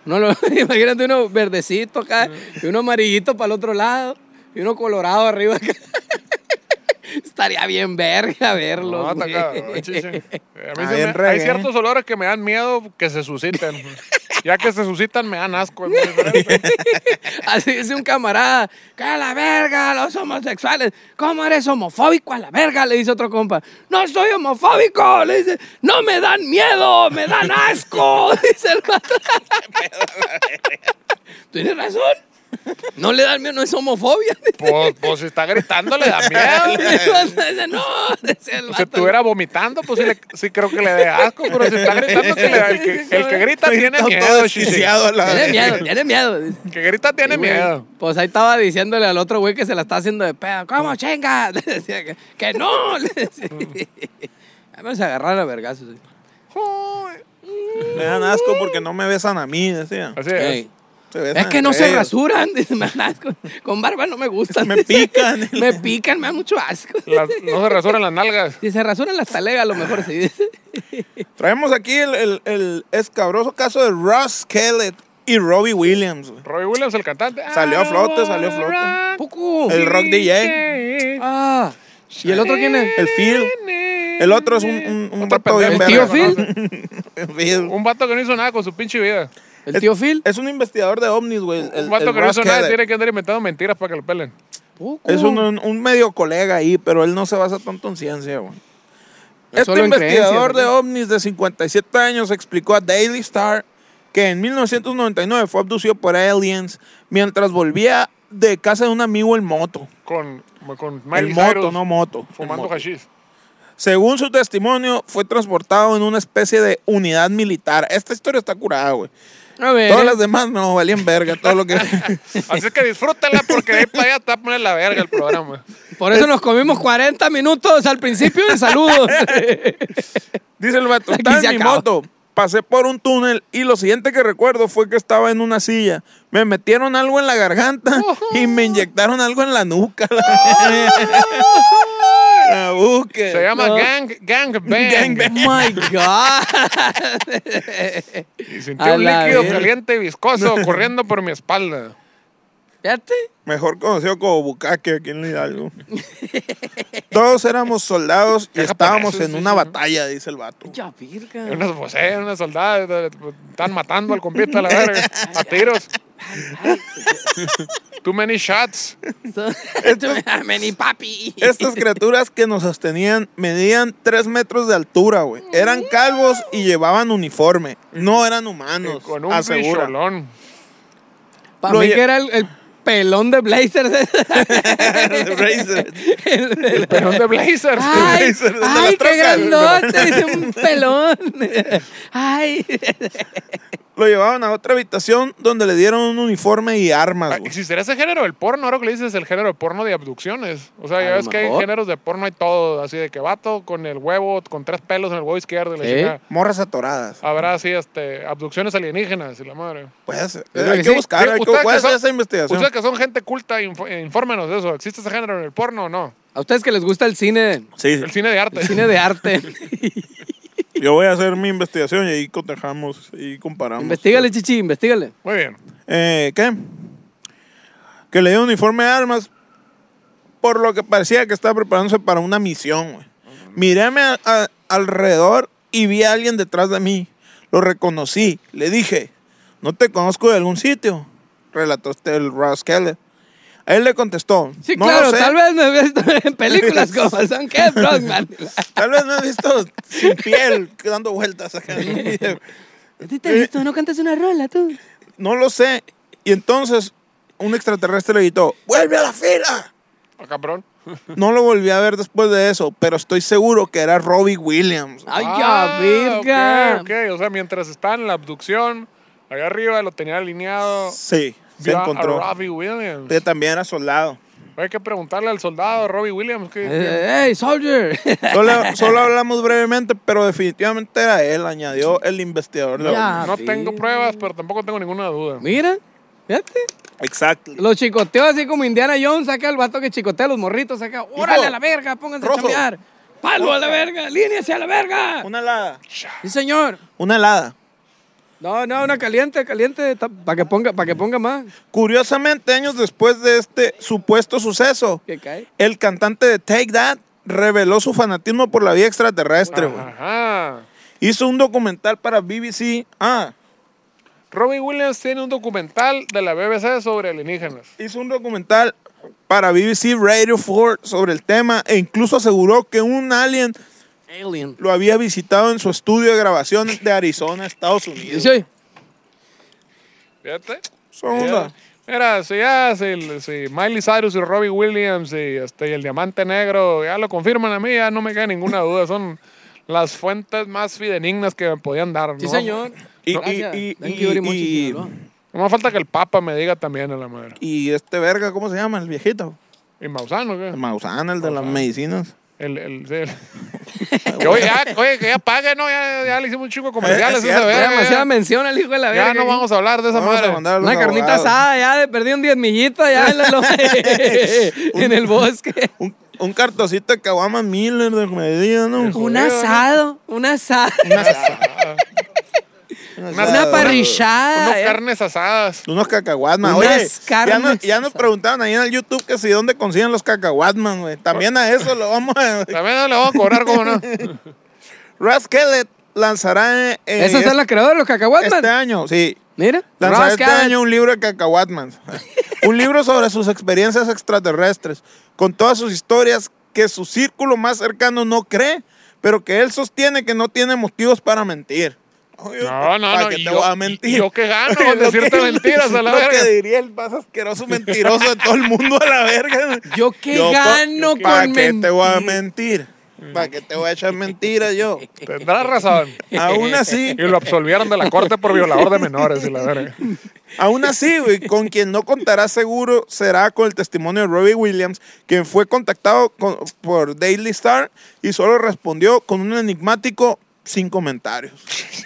Speaker 4: No lo- <laughs> imagínate uno verdecito acá, y uno amarillito para el otro lado, y uno colorado arriba acá. <laughs> Estaría bien verga verlos.
Speaker 2: No, está
Speaker 4: güey.
Speaker 2: cabrón, chiche. A mí
Speaker 3: Ah,
Speaker 2: se me-
Speaker 3: bien
Speaker 2: hay
Speaker 4: ¿eh?
Speaker 3: reggae.
Speaker 2: ciertos olores que me dan miedo que se susciten. Ya que se suscitan, me dan asco. es muy diferente.
Speaker 4: <laughs> Así dice un camarada, que a la verga, los homosexuales, ¿cómo eres homofóbico a la verga? Le dice otro compa, no soy homofóbico, le dice, no me dan miedo, me dan asco, <laughs> dice el vato. Tienes razón, no le dan miedo, no es homofobia. <laughs>
Speaker 2: Pues, pues si está gritando, le da miedo.
Speaker 4: El vato dice, no, dice el
Speaker 2: Si
Speaker 4: vato.
Speaker 2: estuviera vomitando, pues sí, le- sí creo que le dé asco, pero si está gritando, que le- el, que, el que grita <laughs> tiene
Speaker 3: Todo
Speaker 2: miedo, chiche.
Speaker 3: desquiciado a la
Speaker 4: Tiene
Speaker 3: verga.
Speaker 4: miedo, tiene miedo. dice.
Speaker 2: El que grita tiene
Speaker 4: güey,
Speaker 2: miedo.
Speaker 4: Pues ahí estaba diciéndole al otro güey que se la está haciendo de pedo. ¿Cómo chinga? <laughs> Le decía que, que no. <laughs> Le decía. Vamos a agarrar a vergazos. sí.
Speaker 3: Me dan asco porque no me besan a mí, decía.
Speaker 2: Así es.
Speaker 4: Ey,
Speaker 3: Se
Speaker 4: Es,
Speaker 3: besan
Speaker 4: que no
Speaker 3: entre
Speaker 4: se
Speaker 3: ellos.
Speaker 4: rasuran. <laughs> dice, me dan asco. Con barba no me
Speaker 3: <laughs>
Speaker 4: gustan.
Speaker 3: Me
Speaker 4: dice.
Speaker 3: pican.
Speaker 4: <laughs> me pican, me da mucho asco.
Speaker 2: Las- no se rasuran las nalgas.
Speaker 4: Si se rasuran las talegas, a lo mejor
Speaker 3: <laughs>
Speaker 4: se dice.
Speaker 3: Traemos aquí el, el- el escabroso caso de Ross Kellett y Robbie Williams, güey.
Speaker 2: Roy Williams, el cantante.
Speaker 3: Salió a flote, salió a flote.
Speaker 4: Poco.
Speaker 3: El rock DJ.
Speaker 4: Ah. ¿Y el otro quién es?
Speaker 3: El Phil. El otro es un, un, un
Speaker 2: Otro
Speaker 3: vato bien
Speaker 4: ¿El
Speaker 3: verga,
Speaker 4: tío
Speaker 3: ¿no? <laughs>
Speaker 4: Phil?
Speaker 3: El Phil.
Speaker 2: Un vato que no hizo nada con su pinche vida.
Speaker 4: ¿El tío Phil?
Speaker 3: Es un investigador de ovnis, güey. el-
Speaker 2: Un vato
Speaker 3: el
Speaker 2: que no
Speaker 3: Ross
Speaker 2: hizo nada
Speaker 3: Kellett.
Speaker 2: tiene que andar inventando mentiras para que Uh. lo pelen.
Speaker 4: Poco.
Speaker 3: Es un, un- un medio colega ahí, pero él no se basa tanto en ciencia, güey.
Speaker 4: Es
Speaker 3: Este
Speaker 4: solo en
Speaker 3: investigador
Speaker 4: creencias,
Speaker 3: de
Speaker 4: ¿no?
Speaker 3: ovnis de 57 años explicó a Daily Star que en 1999 fue abducido por aliens mientras volvía de casa de un amigo en moto.
Speaker 2: Con, con
Speaker 3: el
Speaker 2: Miley
Speaker 3: moto,
Speaker 2: Cyrus
Speaker 3: no moto. el
Speaker 2: Fumando
Speaker 3: moto.
Speaker 2: hashish.
Speaker 3: Según su testimonio, fue transportado en una especie de unidad militar. Esta historia está curada, güey.
Speaker 4: A
Speaker 2: Eh.
Speaker 4: ver.
Speaker 3: Todas las demás no valían verga,
Speaker 2: <laughs>
Speaker 3: todo lo que...
Speaker 2: Así es que disfrútala porque de ahí para allá está a poner la verga el programa.
Speaker 4: Por eso nos comimos 40 minutos al principio
Speaker 3: <laughs>
Speaker 4: de saludos. <laughs>
Speaker 3: Dice el vato,
Speaker 4: Aquí
Speaker 3: estaba
Speaker 4: se
Speaker 3: en mi
Speaker 4: acaba.
Speaker 3: moto, pasé por un túnel y lo siguiente que recuerdo fue que estaba en una silla. Me metieron algo en la garganta y me inyectaron algo en la nuca. <laughs> La busque.
Speaker 2: Se llama Gang, gang Bang.
Speaker 4: Oh my God.
Speaker 2: Y sentí
Speaker 4: A
Speaker 2: un
Speaker 4: la
Speaker 2: líquido
Speaker 4: verga.
Speaker 2: caliente y viscoso corriendo por mi espalda.
Speaker 4: Fíjate.
Speaker 3: Mejor conocido como bucaque aquí en Hidalgo. Todos éramos soldados y
Speaker 2: Es japonés,
Speaker 3: estábamos
Speaker 2: sí,
Speaker 3: en
Speaker 2: sí,
Speaker 3: una
Speaker 2: sí.
Speaker 3: batalla, dice el vato.
Speaker 4: Ya, <laughs> virga.
Speaker 2: <laughs> Unos voceos, unos soldados, eh, están matando al compita a la verga. A tiros. Too many shots.
Speaker 4: Meni papi.
Speaker 3: Estas criaturas que nos sostenían medían 3 metros de altura, güey. Eran calvos y llevaban uniforme. No eran humanos,
Speaker 2: Con un
Speaker 3: asegura. <laughs>
Speaker 2: bicholón.
Speaker 4: Para
Speaker 3: Lo
Speaker 4: mí
Speaker 3: lle-
Speaker 4: que era el, el pelón de Blazers.
Speaker 3: Razer.
Speaker 4: El- el-
Speaker 2: Pelón de Blazers.
Speaker 4: <laughs> <laughs> Ay,
Speaker 3: Blazers de las
Speaker 4: ay qué
Speaker 3: trocas.
Speaker 4: grandote, dice <laughs> un pelón. Ay,
Speaker 3: Lo llevaban a otra habitación donde le dieron un uniforme y
Speaker 2: Ah,
Speaker 3: armas, güey.
Speaker 2: ¿Existirá ese género del porno? Ahora que le dices el género de porno de abducciones. O sea,
Speaker 4: A
Speaker 2: ya
Speaker 4: lo
Speaker 2: ves que hay
Speaker 4: mejor.
Speaker 2: géneros de porno y todo. Así de que vato con el huevo, con tres pelos en el huevo izquierdo. y la
Speaker 4: ¿Eh?
Speaker 2: chingada.
Speaker 3: Morras atoradas.
Speaker 2: Habrá así, este, abducciones alienígenas y la madre.
Speaker 3: Pues, eh,
Speaker 4: creo
Speaker 3: hay
Speaker 4: que
Speaker 3: que
Speaker 4: sí.
Speaker 3: buscar, hay que
Speaker 2: Ustedes que
Speaker 3: ¿cuál es
Speaker 2: son-
Speaker 3: esa investigación.
Speaker 2: Ustedes que son gente culta, inf- eh, infórmenos de eso. ¿Existe ese género en el porno o no?
Speaker 4: a ustedes que les gusta el cine,
Speaker 3: Sí,
Speaker 2: El cine de arte.
Speaker 4: el cine de <laughs> arte.
Speaker 3: yo voy a hacer mi investigación y ahí cotejamos y comparamos.
Speaker 4: Investígale, chichi, investígale.
Speaker 2: Muy bien.
Speaker 3: eh, ¿qué? Que le dio uniforme de armas por lo que parecía que estaba preparándose para una misión, güey. Miréme a- a- alrededor y vi a alguien detrás de mí. Lo reconocí. Le dije, no te conozco de algún sitio, relató este el Ross Keller. Él le contestó,
Speaker 4: Sí,
Speaker 3: no lo
Speaker 4: claro,
Speaker 3: sé.
Speaker 4: tal vez me he visto <laughs> en películas como Son Ken <laughs> Brockman.
Speaker 3: Tal vez me has visto sin piel, <laughs> dando vueltas acá.
Speaker 4: ¿Tú te has visto? ¿No cantas una rola tú?
Speaker 3: No lo sé. Y entonces un extraterrestre le gritó, ¡vuelve a la fila!
Speaker 2: Ah, cabrón.
Speaker 3: No lo volví a ver después de eso, pero estoy seguro que era Robbie Williams.
Speaker 4: ¡Ay,
Speaker 2: Ah,
Speaker 4: ya, virga!
Speaker 2: Ok, ok. O sea, mientras está en la abducción, allá arriba lo tenía alineado.
Speaker 3: Sí, se
Speaker 2: vio a-
Speaker 3: encontró.
Speaker 2: A Robbie Williams.
Speaker 3: Que también era soldado.
Speaker 2: Hay que preguntarle al soldado Robbie Williams. ¿qué- qué-
Speaker 4: Eh, ¡Hey, soldier! <laughs>
Speaker 3: Solo, solo hablamos brevemente, pero definitivamente era él, añadió el investigador. de
Speaker 4: Ya.
Speaker 2: no
Speaker 4: sí.
Speaker 2: tengo pruebas, pero tampoco tengo ninguna duda.
Speaker 4: Mira, fíjate.
Speaker 3: Exacto.
Speaker 4: Los chicoteó así como Indiana Jones, saca el vato que chicotea a los morritos, saca, órale a la verga, pónganse
Speaker 3: Rojo.
Speaker 4: a chambear. Palo a la verga, líneas a la verga.
Speaker 3: Una helada.
Speaker 4: Sí, señor.
Speaker 3: Una helada.
Speaker 4: No, no, una caliente, caliente, para que ponga, para que ponga más.
Speaker 3: Curiosamente, años después de este supuesto suceso,
Speaker 4: Que cae.
Speaker 3: el cantante de Take That reveló su fanatismo por la vida extraterrestre. güey.
Speaker 2: Ajá.
Speaker 3: Hizo un documental para BBC. Ah,
Speaker 2: Robbie Williams tiene un documental de la BBC sobre alienígenas.
Speaker 3: hizo un documental para BBC Radio 4 sobre el tema e incluso aseguró que un alien
Speaker 4: Alien.
Speaker 3: lo había visitado en su estudio de grabación de Arizona, Estados Unidos.
Speaker 4: Sí.
Speaker 2: Fíjate.
Speaker 3: Esa onda.
Speaker 2: Mira, si ya si, si Miley Cyrus y Robbie Williams y este, y el Diamante Negro ya lo confirman a mí, ya no me queda ninguna duda. Son las fuentes más fidenignas que me podían dar.
Speaker 4: Sí,
Speaker 2: ¿no?
Speaker 4: señor.
Speaker 3: Y-
Speaker 4: Gracias.
Speaker 3: y- y-
Speaker 4: Thank
Speaker 3: y-
Speaker 4: you very much,
Speaker 3: y-
Speaker 4: Sinaloa.
Speaker 2: No más falta que el Papa me diga también a la madre.
Speaker 3: Y este verga, ¿cómo se llama? El viejito.
Speaker 2: ¿Y Mausano
Speaker 3: El
Speaker 2: qué?
Speaker 3: Mausana, el de las medicinas.
Speaker 2: El, el, sí,
Speaker 3: <laughs>
Speaker 2: el- que, oye, ya, oye, que ya pague, ¿no? Ya, ya le hicimos un chico de comerciales.
Speaker 3: Eh, Es
Speaker 2: esa
Speaker 3: cierto,
Speaker 2: verga,
Speaker 4: Ya
Speaker 2: ya.
Speaker 4: demasiada mención al hijo de la
Speaker 2: Ya
Speaker 4: verga. ¿eh?
Speaker 2: no vamos a hablar de esa
Speaker 3: Vamos
Speaker 2: madre.
Speaker 3: a mandar a los
Speaker 4: Una carnita
Speaker 3: abogados.
Speaker 4: asada, ya de perdí un diez millita, ya en,
Speaker 3: <laughs>
Speaker 4: la lo- <laughs> en el bosque.
Speaker 3: Un, un cartocito de Caguama Miller de medida, ¿no?
Speaker 4: Un
Speaker 2: Joder,
Speaker 4: asado, un asado, una
Speaker 3: asada.
Speaker 2: Unas
Speaker 3: Ah,
Speaker 4: parrillada. eh.
Speaker 2: carnes asadas.
Speaker 3: Unos cacahuatman.
Speaker 4: Unas
Speaker 3: Oye, ya,
Speaker 4: carnes.
Speaker 3: no- ya nos preguntaron ahí en el YouTube que si dónde consiguen los cacahuatman, güey. También a eso lo vamos a...
Speaker 2: También no le vamos a cobrar, ¿cómo no?
Speaker 3: Ras Kellett lanzará... eh,
Speaker 4: Esa es
Speaker 3: este-
Speaker 4: la creadora de los cacahuates.
Speaker 3: Este año, sí.
Speaker 4: Mira,
Speaker 3: Lanzará este
Speaker 4: rasca.
Speaker 3: año un libro de cacahuatman. <laughs> un libro sobre sus experiencias extraterrestres, con todas sus historias que su círculo más cercano no cree, pero que él sostiene que no tiene motivos para mentir.
Speaker 2: <laughs> No, no,
Speaker 3: ¿Para
Speaker 2: no.
Speaker 3: qué
Speaker 2: y
Speaker 3: te
Speaker 2: yo-
Speaker 3: voy a mentir?
Speaker 2: y
Speaker 3: <laughs>
Speaker 2: yo <laughs> qué gano
Speaker 3: Lo
Speaker 2: con decirte
Speaker 3: que-
Speaker 2: mentiras a la
Speaker 3: lo
Speaker 2: verga.
Speaker 3: que diría el más asqueroso mentiroso de todo el mundo a la verga.
Speaker 4: <laughs> Yo qué
Speaker 3: pa-
Speaker 4: gano
Speaker 3: yo ¿Para
Speaker 4: con
Speaker 3: qué te voy a
Speaker 4: mentir?
Speaker 3: mentir? ¿Para qué te voy a echar mentiras
Speaker 4: <laughs>
Speaker 3: yo?
Speaker 2: Tendrás <laughs> razón.
Speaker 3: Aún así,
Speaker 2: Y lo absolvieron de la corte por violador de menores y la verga.
Speaker 3: Aún así, güey, con quien no contará seguro será con el testimonio de Robbie Williams, quien fue contactado con- por Daily Star y solo respondió con un enigmático sin comentarios.
Speaker 2: <laughs>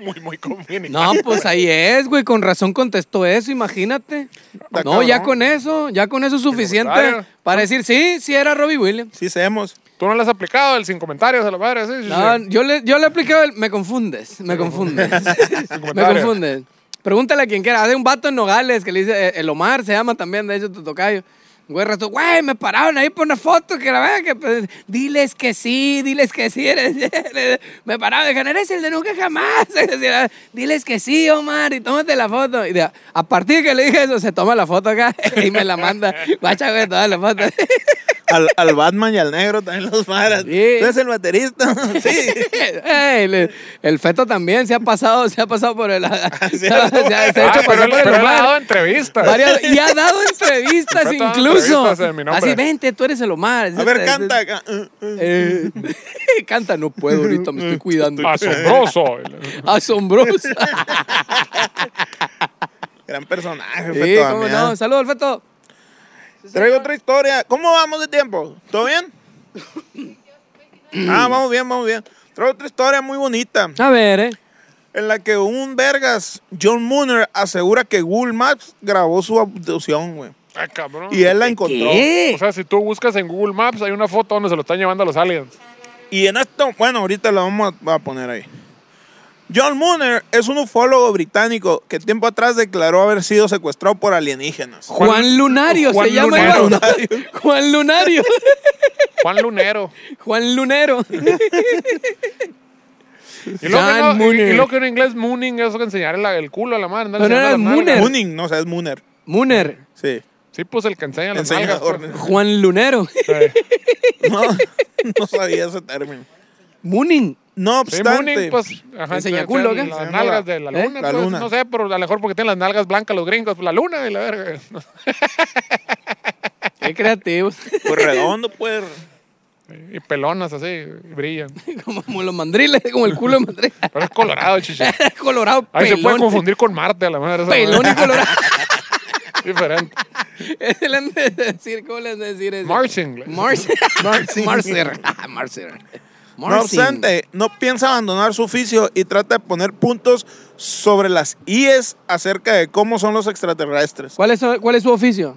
Speaker 2: Muy, muy conveniente.
Speaker 4: No, pues ahí es, güey, con razón contestó eso, imagínate.
Speaker 3: Está
Speaker 4: No, ya
Speaker 3: cabrón.
Speaker 4: con eso, ya con eso es suficiente
Speaker 2: comentario.
Speaker 4: para decir, sí, sí era Robbie Williams.
Speaker 3: Sí, sabemos.
Speaker 2: Tú no le has aplicado el sin comentarios a la madre, sí, sí,
Speaker 4: No,
Speaker 2: sí.
Speaker 4: yo le, yo le he aplicado el. Me confundes, me confundes. <laughs> me
Speaker 2: comentario.
Speaker 4: confundes. Pregúntale a quien quiera. Hay un vato en Nogales que le dice, eh, el Omar se llama también, de hecho, tu tocayo. Güey, rato, güey, me pararon ahí por una foto que la verdad que. pues, diles que sí, diles que sí. eres- <laughs> eres- me pararon, dijeron, eres el de nunca jamás. <laughs> diles que sí, Omar, y tómate la foto. Y de- a partir que le dije eso, se toma la foto acá <laughs> y me la manda. Guacha, güey, toda la foto. <laughs>
Speaker 3: Al, al Batman y al negro también los maras.
Speaker 4: Sí.
Speaker 3: ¿Tú eres el
Speaker 4: <laughs>
Speaker 3: baterista? Sí.
Speaker 4: Ey, le- el feto también se ha pasado, se ha pasado por el. <laughs> se ha, se ha- se ha
Speaker 2: Ah,
Speaker 4: hecho
Speaker 2: pero
Speaker 4: pasar
Speaker 2: él
Speaker 4: por el
Speaker 2: pero él ha
Speaker 4: Omar.
Speaker 2: dado entrevistas.
Speaker 4: Varias- y ha dado entrevistas
Speaker 2: El feto ha dado
Speaker 4: incluso.
Speaker 2: entrevistas en mi nombre.
Speaker 4: Así, vente, tú eres el Omar.
Speaker 3: A ver, canta acá. Uh, uh.
Speaker 4: Eh, <laughs> canta, no puedo ahorita, me estoy
Speaker 2: <laughs>
Speaker 4: cuidando.
Speaker 2: Asombroso.
Speaker 3: <laughs>
Speaker 4: Asombroso.
Speaker 3: Gran personaje,
Speaker 4: Sí,
Speaker 3: Feto
Speaker 4: cómo
Speaker 3: Damián.
Speaker 4: no. Saludos al feto.
Speaker 3: Traigo otra historia. ¿Cómo vamos de tiempo? ¿Todo
Speaker 4: <laughs>
Speaker 3: bien? ah, vamos bien, vamos bien. Traigo otra historia muy bonita.
Speaker 4: A ver, eh.
Speaker 3: en la que un vergas, John Mooner, asegura que Google Maps grabó su abducción, güey.
Speaker 2: Ah, cabrón.
Speaker 3: Y él la encontró.
Speaker 2: O sea, si tú buscas en Google Maps, hay una foto donde se lo están llevando a los aliens.
Speaker 3: Y en esto, bueno, ahorita la vamos a, a poner ahí. John Mooner es un ufólogo británico que tiempo atrás declaró haber sido secuestrado por alienígenas.
Speaker 4: Juan, Lunario
Speaker 2: Juan
Speaker 4: se llama.
Speaker 2: Lunero.
Speaker 4: el vato. Juan Lunario.
Speaker 2: Juan Lunero.
Speaker 4: Juan Lunero.
Speaker 2: Y luego, que
Speaker 4: John
Speaker 2: no- y- y
Speaker 4: Mooner.
Speaker 2: luego que en inglés mooning es enseñar el, el culo a la madre. andar
Speaker 4: No, no,
Speaker 2: enseñando
Speaker 4: era
Speaker 2: las nalgas.
Speaker 4: Mooner.
Speaker 3: Mooning, no, o sea, es Mooner.
Speaker 4: Muner.
Speaker 3: Sí.
Speaker 2: Sí, pues el que enseña las nalgas.
Speaker 3: Enseñador.
Speaker 2: pues.
Speaker 4: Juan Lunero. <laughs>
Speaker 3: No, <laughs> no sabía ese término.
Speaker 4: Munin.
Speaker 3: No
Speaker 2: Sí,
Speaker 3: obstante,
Speaker 2: mooning, pues. Ajá,
Speaker 4: Enseña
Speaker 2: enseñan
Speaker 4: culo, ¿qué?
Speaker 2: Las
Speaker 3: Enseña
Speaker 2: nalgas
Speaker 3: la-
Speaker 2: de la
Speaker 4: ¿Eh?
Speaker 2: luna.
Speaker 3: La
Speaker 2: pues,
Speaker 3: luna.
Speaker 2: No sé, pero a lo mejor porque tienen las nalgas blancas los gringos. pues, La luna y la verga. <laughs>
Speaker 4: Qué creativos.
Speaker 3: pues redondo, pues.
Speaker 2: Y pelonas así, y brillan.
Speaker 4: <laughs> Como los mandriles, como el culo de mandril. <laughs>
Speaker 2: Pero es colorado, chichi.
Speaker 4: Colorado, pelón.
Speaker 2: Ahí se puede confundir con Marte, a la madre. esa
Speaker 4: Pelón
Speaker 2: madre.
Speaker 4: y colorado. <laughs>
Speaker 2: Diferente.
Speaker 4: Ese le han de decir, ¿cómo le han de decir eso?
Speaker 2: Marching.
Speaker 4: Marcer.
Speaker 3: Marcin.
Speaker 4: <laughs> Marcer. Ah, Marcer.
Speaker 3: No
Speaker 4: Marcin.
Speaker 3: obstante, no piensa abandonar su oficio y trata de poner puntos sobre las IES acerca de cómo son los extraterrestres.
Speaker 4: ¿Cuál es, ¿Cuál es su oficio?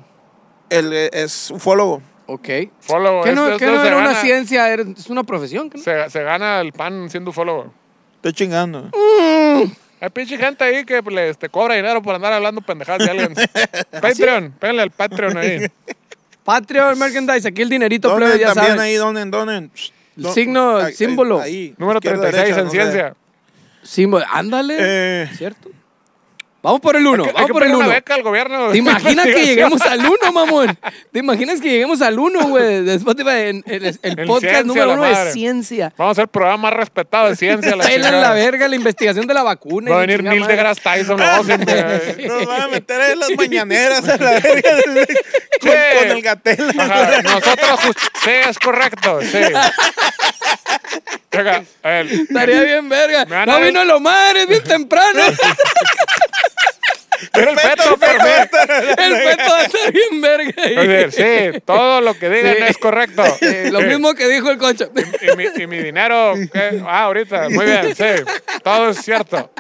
Speaker 3: Él eh, es ufólogo.
Speaker 4: Ok.
Speaker 2: Follow.
Speaker 4: ¿Qué no,
Speaker 2: esto-
Speaker 4: qué
Speaker 2: esto
Speaker 4: no
Speaker 2: se
Speaker 4: era una
Speaker 2: gana-
Speaker 4: ciencia? Era- Es una profesión. ¿qué no?
Speaker 2: Se, se gana el pan siendo follow.
Speaker 3: Estoy chingando.
Speaker 2: Mm, Hay pinche gente ahí que pues, les te cobra dinero por andar hablando pendejadas de
Speaker 4: <laughs>
Speaker 2: alguien.
Speaker 4: ¿Ah,
Speaker 2: Patreon, péganle al Patreon ahí.
Speaker 4: Patreon Merchandise, aquí el dinerito plebe,
Speaker 3: Donen
Speaker 4: ya
Speaker 3: también
Speaker 4: saben.
Speaker 3: ahí, donen, donen.
Speaker 4: El signo, el símbolo.
Speaker 2: Número 36
Speaker 3: izquierda, derecha,
Speaker 2: en
Speaker 3: no sé.
Speaker 2: ciencia.
Speaker 4: Símbolo. Ándale.
Speaker 3: Eh.
Speaker 4: ¿Cierto? Vamos por el uno,
Speaker 2: Hay que- hay
Speaker 4: vamos
Speaker 2: que
Speaker 4: por el
Speaker 2: pedir una
Speaker 4: uno.
Speaker 2: beca al gobierno.
Speaker 4: <laughs> ¿Te
Speaker 2: <laughs>
Speaker 4: imaginas que lleguemos al uno, mamón? ¿Te imaginas que lleguemos al uno, güey? De Spotify, en- en- el,
Speaker 2: En
Speaker 4: podcast
Speaker 2: ciencia,
Speaker 4: número
Speaker 2: la
Speaker 4: uno de
Speaker 2: madre.
Speaker 4: ciencia.
Speaker 2: Vamos a hacer el programa más respetado de ciencia.
Speaker 4: <laughs>
Speaker 2: La
Speaker 4: Pelan
Speaker 2: chingada.
Speaker 4: la verga la investigación de la vacuna. y
Speaker 2: Va a
Speaker 4: la
Speaker 2: venir
Speaker 4: chingada
Speaker 2: Neil
Speaker 4: madre.
Speaker 2: deGrasse Tyson. lo vamos a
Speaker 3: <laughs>
Speaker 2: invitar.
Speaker 3: Nos van eh, a meter en las mañaneras a la verga del-
Speaker 2: <laughs>
Speaker 3: con,
Speaker 2: Sí.
Speaker 3: con el gatel. <laughs>
Speaker 2: Ajá, Nosotros, just- sí, es correcto, sí. Venga, el,
Speaker 4: Estaría bien verga.
Speaker 2: <laughs> Me van a
Speaker 4: No
Speaker 2: ver-
Speaker 4: vino lo madre, es
Speaker 2: <laughs>
Speaker 4: bien temprano.
Speaker 2: el feto por mí.
Speaker 4: El feto va a estar bien
Speaker 2: Es
Speaker 4: verga.
Speaker 2: decir, sí, todo lo que digan
Speaker 4: Sí.
Speaker 2: es correcto.
Speaker 4: <laughs> Eh, Lo
Speaker 2: Sí.
Speaker 4: mismo que dijo el cocho.
Speaker 2: Y mi, y mi dinero, ¿qué? ah, ahorita, muy bien, sí, todo es cierto.
Speaker 4: <laughs>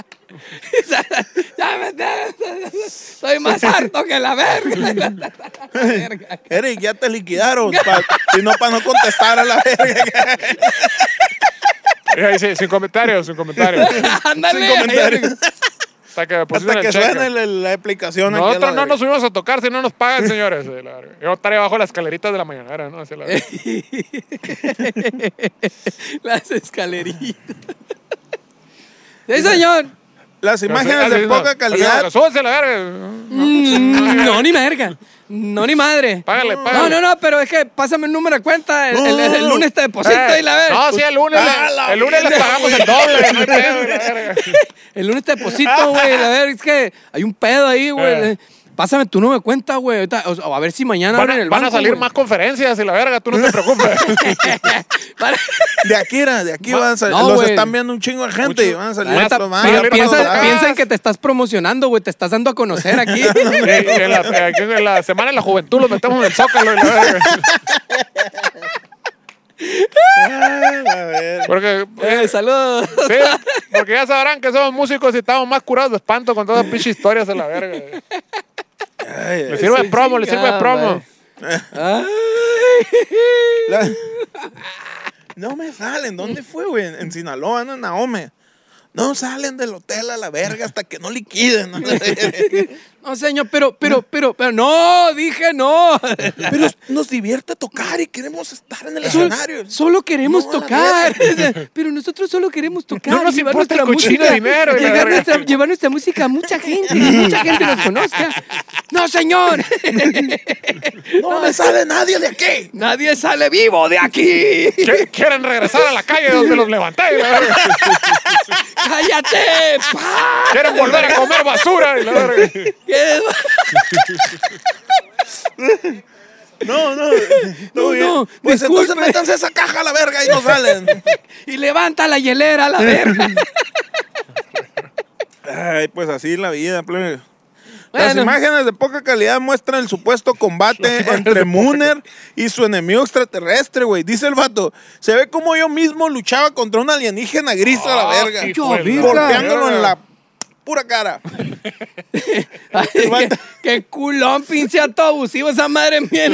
Speaker 4: Ya me- ya me- Soy más harto que
Speaker 2: <laughs>
Speaker 4: la verga. <laughs> La verga.
Speaker 3: Eric, ya te liquidaron. pa- si no, para no contestar a la
Speaker 2: <laughs>
Speaker 3: verga.
Speaker 2: Y ahí sí, sin comentarios, sin comentarios.
Speaker 4: Ándale.
Speaker 3: Sin comentarios.
Speaker 2: Hasta que depositen
Speaker 3: Hasta que
Speaker 2: el cheque.
Speaker 3: suene la, la aplicación. aquí a la
Speaker 2: Nosotros no
Speaker 3: verga.
Speaker 2: nos subimos a tocar si no nos pagan, señores. Sí, la verga. Yo estaré bajo las escaleritas de la mañanera, ¿no? Así la verga.
Speaker 4: <laughs> Las escaleritas. <laughs> Sí, señor.
Speaker 3: Las imágenes
Speaker 2: Así,
Speaker 3: de
Speaker 2: así,
Speaker 3: poca
Speaker 2: así,
Speaker 3: calidad.
Speaker 2: Súbanse la verga.
Speaker 4: Mm, No, ni verga. No, ni madre.
Speaker 2: Págale,
Speaker 4: No,
Speaker 2: págale.
Speaker 4: no, no, pero es que pásame el número de cuenta. El, el- el lunes te deposito
Speaker 2: Eh,
Speaker 4: y la verga.
Speaker 2: No, sí, el lunes. le-
Speaker 3: Ah, la
Speaker 2: el lunes les
Speaker 3: verga,
Speaker 2: pagamos el doble. no hay pedo, la verga.
Speaker 4: <laughs> El lunes te deposito, güey. A ver, es que hay un pedo ahí, güey.
Speaker 2: Eh.
Speaker 4: Pásame tu número de cuenta, güey. ahorita, O, o a ver si mañana
Speaker 2: Van,
Speaker 4: abren
Speaker 2: a,
Speaker 4: el
Speaker 2: van a
Speaker 4: banco,
Speaker 2: salir
Speaker 4: güey.
Speaker 2: más conferencias y la verga, tú no te
Speaker 3: <laughs>
Speaker 2: preocupes.
Speaker 4: <laughs> Van-
Speaker 3: De aquí, era, de aquí
Speaker 4: Ma-
Speaker 3: van a salir.
Speaker 4: no,
Speaker 3: los
Speaker 4: güey.
Speaker 3: están viendo un chingo de gente. y van a salir
Speaker 4: La neta,
Speaker 3: otros más,
Speaker 4: mira,
Speaker 3: ya para
Speaker 4: piensa,
Speaker 3: votar.
Speaker 4: piensa en que te estás promocionando, güey. Te estás dando a conocer
Speaker 2: <laughs>
Speaker 4: aquí.
Speaker 2: Sí, en, la, eh, aquí en la semana de la juventud los metemos en el zócalo. y la verga.
Speaker 3: Ah, A ver.
Speaker 2: Porque, eh,
Speaker 4: Eh, Saludos.
Speaker 2: sí, porque ya sabrán que somos músicos y estamos más curados de espanto con todas las pinches historias de la verga.
Speaker 3: Ay,
Speaker 2: Le sirve de promo, le sirve de
Speaker 4: Chingada
Speaker 2: promo.
Speaker 4: madre. Ay.
Speaker 3: <laughs> la- No me salen. ¿Dónde fue, güey? En, en Sinaloa, no en Naome. No salen del hotel a la verga hasta que no <laughs> liquiden. a la verga.
Speaker 4: No, señor, pero, pero, pero, pero, no, dije no.
Speaker 3: Pero nos divierte tocar y queremos estar en el
Speaker 4: <laughs> Sol-
Speaker 3: escenario.
Speaker 4: solo queremos
Speaker 3: No, a la
Speaker 4: tocar. O sea, <laughs> pero nosotros solo queremos tocar.
Speaker 2: No nos
Speaker 4: llevar
Speaker 2: importa el
Speaker 4: nuestra
Speaker 2: cochino
Speaker 4: música,
Speaker 2: dinero y la
Speaker 4: llegar
Speaker 2: verga.
Speaker 4: nuestra- llevar nuestra música a mucha gente. que <laughs> mucha gente nos conozca. No, señor.
Speaker 3: No me sale nadie de aquí.
Speaker 4: <laughs> Nadie sale vivo de aquí.
Speaker 2: Qui- Quieren regresar a la calle donde los levanté. y la verga.
Speaker 4: <laughs> ¡Cállate! <laughs> pa.
Speaker 2: Quieren volver a comer basura. y la verga.
Speaker 4: ¿Qué?
Speaker 3: No, <laughs> no.
Speaker 4: No, no,
Speaker 3: Pues entonces
Speaker 4: disculpe.
Speaker 3: métanse esa caja a la verga y no salen.
Speaker 4: Y levanta la hielera a la verga. <laughs>
Speaker 3: Ay, pues así la vida, plebe. Las
Speaker 4: Bueno.
Speaker 3: imágenes de poca calidad muestran el supuesto combate
Speaker 2: imágenes de
Speaker 3: entre
Speaker 2: poca
Speaker 3: Mooner y su enemigo extraterrestre, güey. Dice el vato, se ve como yo mismo luchaba contra un alienígena gris a la
Speaker 2: Ah,
Speaker 3: verga.
Speaker 2: hijo
Speaker 4: Yo,
Speaker 2: de
Speaker 4: virga.
Speaker 3: Golpeándolo en
Speaker 2: verga.
Speaker 3: la pura cara.
Speaker 4: Ay,
Speaker 2: Este
Speaker 4: qué, qué culón, pinche acto abusivo. Esa madre mía en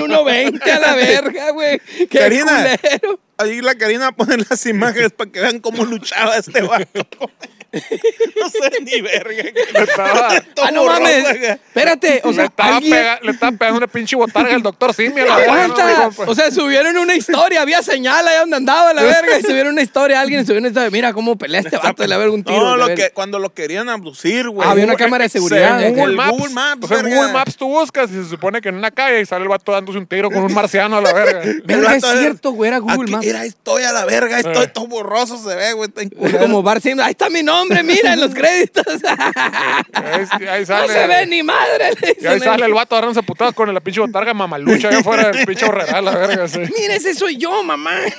Speaker 2: <laughs>
Speaker 4: 1.20 a la verga, güey. Qué
Speaker 3: Karina.
Speaker 4: culero.
Speaker 3: Ahí la Karina va a poner las imágenes para que vean cómo luchaba este vato. <laughs>
Speaker 5: No sé ni verga.
Speaker 2: Le estaba,
Speaker 3: <laughs>
Speaker 4: ¡Ah, no
Speaker 5: Borrosa,
Speaker 4: mames!
Speaker 5: güey.
Speaker 4: Espérate, o
Speaker 2: le,
Speaker 4: sea,
Speaker 2: estaba
Speaker 4: alguien- <laughs>
Speaker 2: pega- le estaba pegando una pinche botarga al doctor Simi. a la verga, ¿no?
Speaker 4: ¡Aguanta!
Speaker 2: Dijo, pues,
Speaker 4: O sea, subieron una historia, había señal ahí donde andaba la verga, y subieron una historia, alguien subió una historia, mira cómo pelea este vato, y le verga un tiro.
Speaker 3: No,
Speaker 4: la
Speaker 3: lo
Speaker 4: verga.
Speaker 3: que, cuando lo querían abducir, güey.
Speaker 4: Ah, había una
Speaker 3: Güey,
Speaker 4: cámara de
Speaker 3: se-
Speaker 4: seguridad.
Speaker 3: en
Speaker 2: Google
Speaker 3: el
Speaker 2: Maps.
Speaker 3: Google Maps,
Speaker 2: O sea, en
Speaker 3: verga.
Speaker 2: Google Maps tú buscas y se supone que en una calle y sale el vato dándose un tiro con un marciano a la verga.
Speaker 3: El
Speaker 4: Verga, es
Speaker 3: vato
Speaker 4: cierto, güey, era Google
Speaker 3: Aquí,
Speaker 4: Maps.
Speaker 3: Mira, ahí estoy a la verga, ahí estoy
Speaker 2: Eh.
Speaker 3: todo borroso, se ve, güey. está en
Speaker 4: Es
Speaker 3: culero.
Speaker 4: <laughs> como Bar Simpson, ahí está mi nombre,
Speaker 2: <laughs>
Speaker 4: mira, en los créditos. <laughs>
Speaker 2: Ahí, ahí
Speaker 4: no
Speaker 2: sale.
Speaker 4: se ve ni madre, le
Speaker 2: Y ahí
Speaker 4: dicen.
Speaker 2: sale el vato agarrándose a putadas con la pinche botarga mamalucha allá afuera del
Speaker 4: <laughs>
Speaker 2: pinche horrera, la verga. sí.
Speaker 4: Mira, ese soy yo, mamá. <laughs>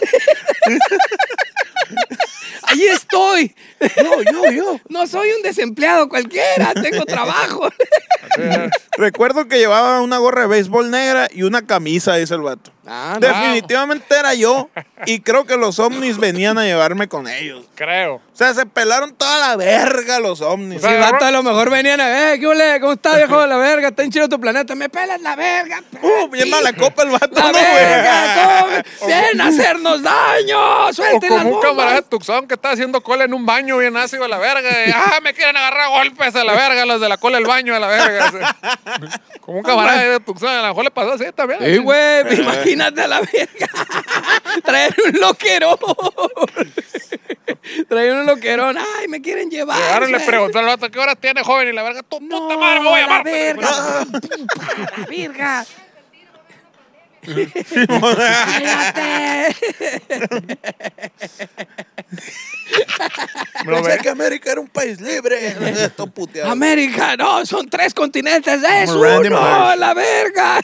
Speaker 4: Ahí estoy.
Speaker 3: Yo, yo, yo.
Speaker 4: No soy un desempleado cualquiera, tengo trabajo.
Speaker 3: Recuerdo que llevaba una gorra de béisbol negra y una camisa, dice el vato.
Speaker 4: Ah, no.
Speaker 3: Definitivamente era yo y creo que los ovnis venían a llevarme con ellos.
Speaker 2: Creo.
Speaker 3: O sea, se pelaron toda la verga los ovnis.
Speaker 4: <laughs> Si el vato a lo mejor venían a ver, ¿qué ole? ¿Cómo está, viejo de la verga? Está en chido tu planeta. Me pelas la verga.
Speaker 3: Uh, bien mala copa el vato,
Speaker 4: La
Speaker 3: no,
Speaker 4: verga,
Speaker 3: güey.
Speaker 2: <laughs>
Speaker 4: tú. Ven a hacernos daño.
Speaker 2: O
Speaker 4: Suelten las
Speaker 2: como un camarada de
Speaker 4: bombas.
Speaker 2: Tucson que está haciendo cola en un baño bien ácido a la verga. y, ah, me quieren agarrar a golpes a la verga, los de la cola del baño a la verga. sí. Como un camarada de Tucson, a lo mejor le pasó así también. <laughs>
Speaker 4: Sí, güey,
Speaker 2: Eh.
Speaker 4: imagínate a la verga. <laughs> Traer un loquerón. <laughs> Traer un loquerón. Ay, me quieren llevar.
Speaker 2: Llegaron y le
Speaker 4: suelten.
Speaker 2: preguntaron al vato, ¿qué horas tiene, joven? Y la verga, tu
Speaker 4: No,
Speaker 2: puta madre, me voy a
Speaker 4: la
Speaker 2: llamar.
Speaker 4: verga. la verga. Cállate.
Speaker 3: <laughs>
Speaker 4: <laughs>
Speaker 3: Pensé que América era un país libre. <laughs> Esto puteado.
Speaker 4: América, <laughs> no, son tres continentes, es
Speaker 3: Como Randy
Speaker 4: uno,
Speaker 3: Marsh.
Speaker 4: la verga.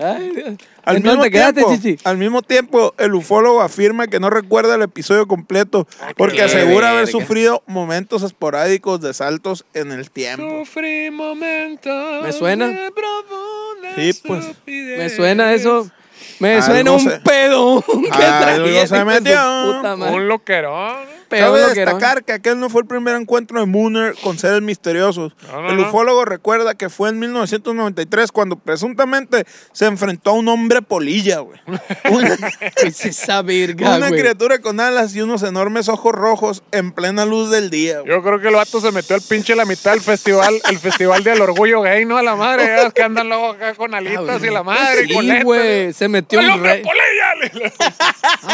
Speaker 4: Ay, Dios.
Speaker 3: Al
Speaker 4: ¿En
Speaker 3: mismo,
Speaker 4: dónde quedaste,
Speaker 3: tiempo,
Speaker 4: Chichi?
Speaker 3: al mismo tiempo, el ufólogo afirma que no recuerda el episodio completo
Speaker 2: Ah,
Speaker 3: porque
Speaker 5: qué
Speaker 3: asegura haber
Speaker 5: verga.
Speaker 3: sufrido momentos esporádicos de saltos en el tiempo.
Speaker 2: Sufrí momentos.
Speaker 4: ¿Me suena?
Speaker 2: de profunda
Speaker 3: Sí, pues.
Speaker 2: estupidez.
Speaker 4: Me suena eso, me
Speaker 3: Algo
Speaker 4: suena un
Speaker 3: se-
Speaker 4: pedo <laughs> que
Speaker 3: Algo
Speaker 4: traía,
Speaker 3: se
Speaker 4: hijo de
Speaker 3: metió.
Speaker 4: puta madre.
Speaker 2: Un loquerón.
Speaker 4: Pedo
Speaker 3: Cabe
Speaker 4: loquerón. <laughs>
Speaker 3: destacar que aquel no fue el primer encuentro de Mooner con seres misteriosos.
Speaker 2: No, no,
Speaker 3: el
Speaker 2: no.
Speaker 3: ufólogo recuerda que fue en 1993 cuando presuntamente se enfrentó a un hombre polilla,
Speaker 4: <laughs>
Speaker 3: güey. Una,
Speaker 4: Es esa verga,
Speaker 3: una
Speaker 4: güey.
Speaker 3: criatura con alas y unos enormes ojos rojos en plena luz del día, güey.
Speaker 2: Yo creo que el vato se metió al pinche la mitad del festival, el festival del orgullo gay, ¿no? A la madre, ya ves que andan luego acá con alitas y la madre y con
Speaker 4: Sí,
Speaker 2: lentes.
Speaker 4: güey, se metió
Speaker 2: ¡El
Speaker 4: un
Speaker 2: hombre
Speaker 4: rey.
Speaker 2: polilla! Le-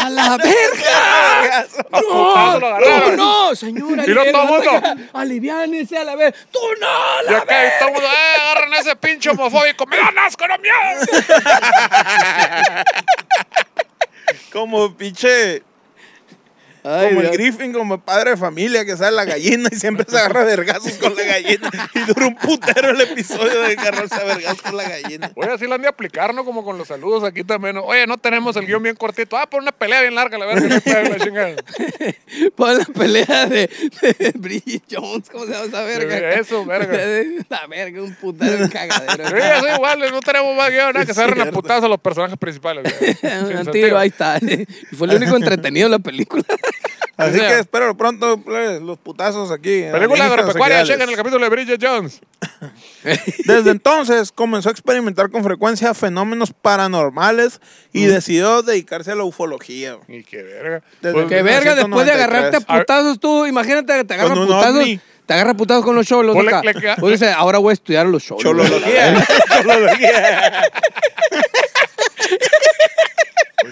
Speaker 4: ¡A la
Speaker 3: <laughs>
Speaker 4: verga!
Speaker 2: <laughs> putazo lo
Speaker 4: ¡No!
Speaker 2: agarraron.
Speaker 4: ¡Tú no, señora!
Speaker 2: Y luego todo mundo.
Speaker 4: Aliviánese, acá, ¡Aliviánese a la verga! ¡Tú no,
Speaker 2: Y
Speaker 4: la
Speaker 2: acá ahí
Speaker 4: verga!
Speaker 2: todo el mundo, ¡eh, agarran a ese pinche homofóbico! ¡Me dan asco, no miedo!
Speaker 3: Como pinche.
Speaker 4: Ay,
Speaker 3: como el
Speaker 4: Dios.
Speaker 3: Griffin, como padre de familia que sale la gallina y siempre se agarra a vergazos con la gallina. Y dura un putero el episodio de agarrarse a vergazos con la gallina.
Speaker 2: Oye, así la han de aplicar, ¿no? Como con los saludos aquí también. ¿no? Oye, no tenemos el guión bien cortito. Ah, por una pelea bien larga, la verga. no hay pedo, la chingada.
Speaker 4: Por la pelea de, de Bridget Jones, ¿cómo se llama esa verga?
Speaker 2: Eso,
Speaker 4: <laughs>
Speaker 2: verga.
Speaker 4: La verga, un putero un cagadero.
Speaker 2: Sí,
Speaker 4: <laughs>
Speaker 2: eso igual, no tenemos más guión, nada, que se agarren a
Speaker 3: cierto.
Speaker 2: putazo a los personajes principales.
Speaker 4: <laughs>
Speaker 2: güey. Sin
Speaker 4: Un
Speaker 2: sentido.
Speaker 4: tiro, ahí está. Y fue el único entretenido en
Speaker 2: <laughs>
Speaker 4: la película.
Speaker 3: Así
Speaker 2: O sea-
Speaker 3: que espero pronto plebes, los putazos aquí. en
Speaker 2: Película
Speaker 3: Alienígenas
Speaker 2: agropecuaria,
Speaker 3: Seriales.
Speaker 2: chequen el capítulo de Bridget Jones.
Speaker 3: Desde entonces comenzó a experimentar con frecuencia fenómenos paranormales y decidió dedicarse a la ufología.
Speaker 2: Y qué verga.
Speaker 3: Desde
Speaker 2: Pues,
Speaker 4: Que verga, después de
Speaker 3: 1993.
Speaker 4: agarrarte a
Speaker 2: A ver.
Speaker 4: putazos tú, imagínate que te agarran
Speaker 3: Con un
Speaker 4: putazos.
Speaker 3: ovni.
Speaker 4: Te agarra putazos con los cholos
Speaker 2: Pues le-
Speaker 4: acá.
Speaker 2: le queda-
Speaker 4: Pues dice, ahora voy a estudiar los cholos.
Speaker 3: Cholología. <laughs> Cholología.
Speaker 2: pues,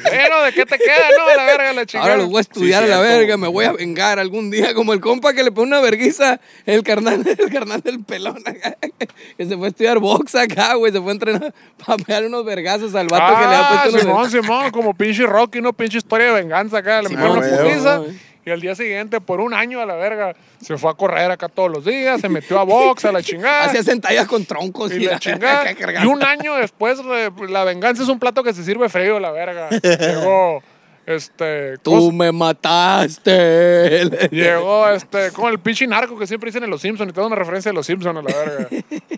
Speaker 2: Bueno, ¿de qué te queda? No, a la verga, la chingada.
Speaker 4: <laughs> Ahora los voy a estudiar
Speaker 3: Sí,
Speaker 4: a la
Speaker 3: cierto.
Speaker 4: verga, me voy a vengar algún día, como el compa que le pone una verguiza el carnal, <laughs> el carnal del pelón <laughs> acá, que se fue a estudiar box acá, güey, se fue a entrenar <laughs> para pegar unos vergazos al vato que le ha
Speaker 2: Ah,
Speaker 4: puesto unos
Speaker 2: Simón, Simón, como pinche Rocky, ¿no? Pinche historia de venganza acá. Le
Speaker 4: Sí,
Speaker 2: metieron
Speaker 3: ah,
Speaker 2: una
Speaker 3: huevo,
Speaker 2: putiza.
Speaker 4: güey.
Speaker 2: Y al día siguiente, por un año a la verga, se fue a correr acá todos los días, se metió a box, a
Speaker 4: <laughs>
Speaker 2: la chingada.
Speaker 4: Hacía sentadillas con troncos
Speaker 2: y
Speaker 4: y,
Speaker 2: la
Speaker 4: la <laughs>
Speaker 2: chingada.
Speaker 4: acá
Speaker 2: Y
Speaker 4: cargando.
Speaker 2: un año después, re- la venganza es un plato que se sirve frío, la
Speaker 4: <laughs>
Speaker 2: verga. Llegó, este...
Speaker 4: <laughs> Tú
Speaker 2: cos-
Speaker 4: me mataste.
Speaker 2: Llegó, este, como el pinche narco que siempre dicen en Los Simpsons, y tengo una referencia de Los Simpsons a la verga.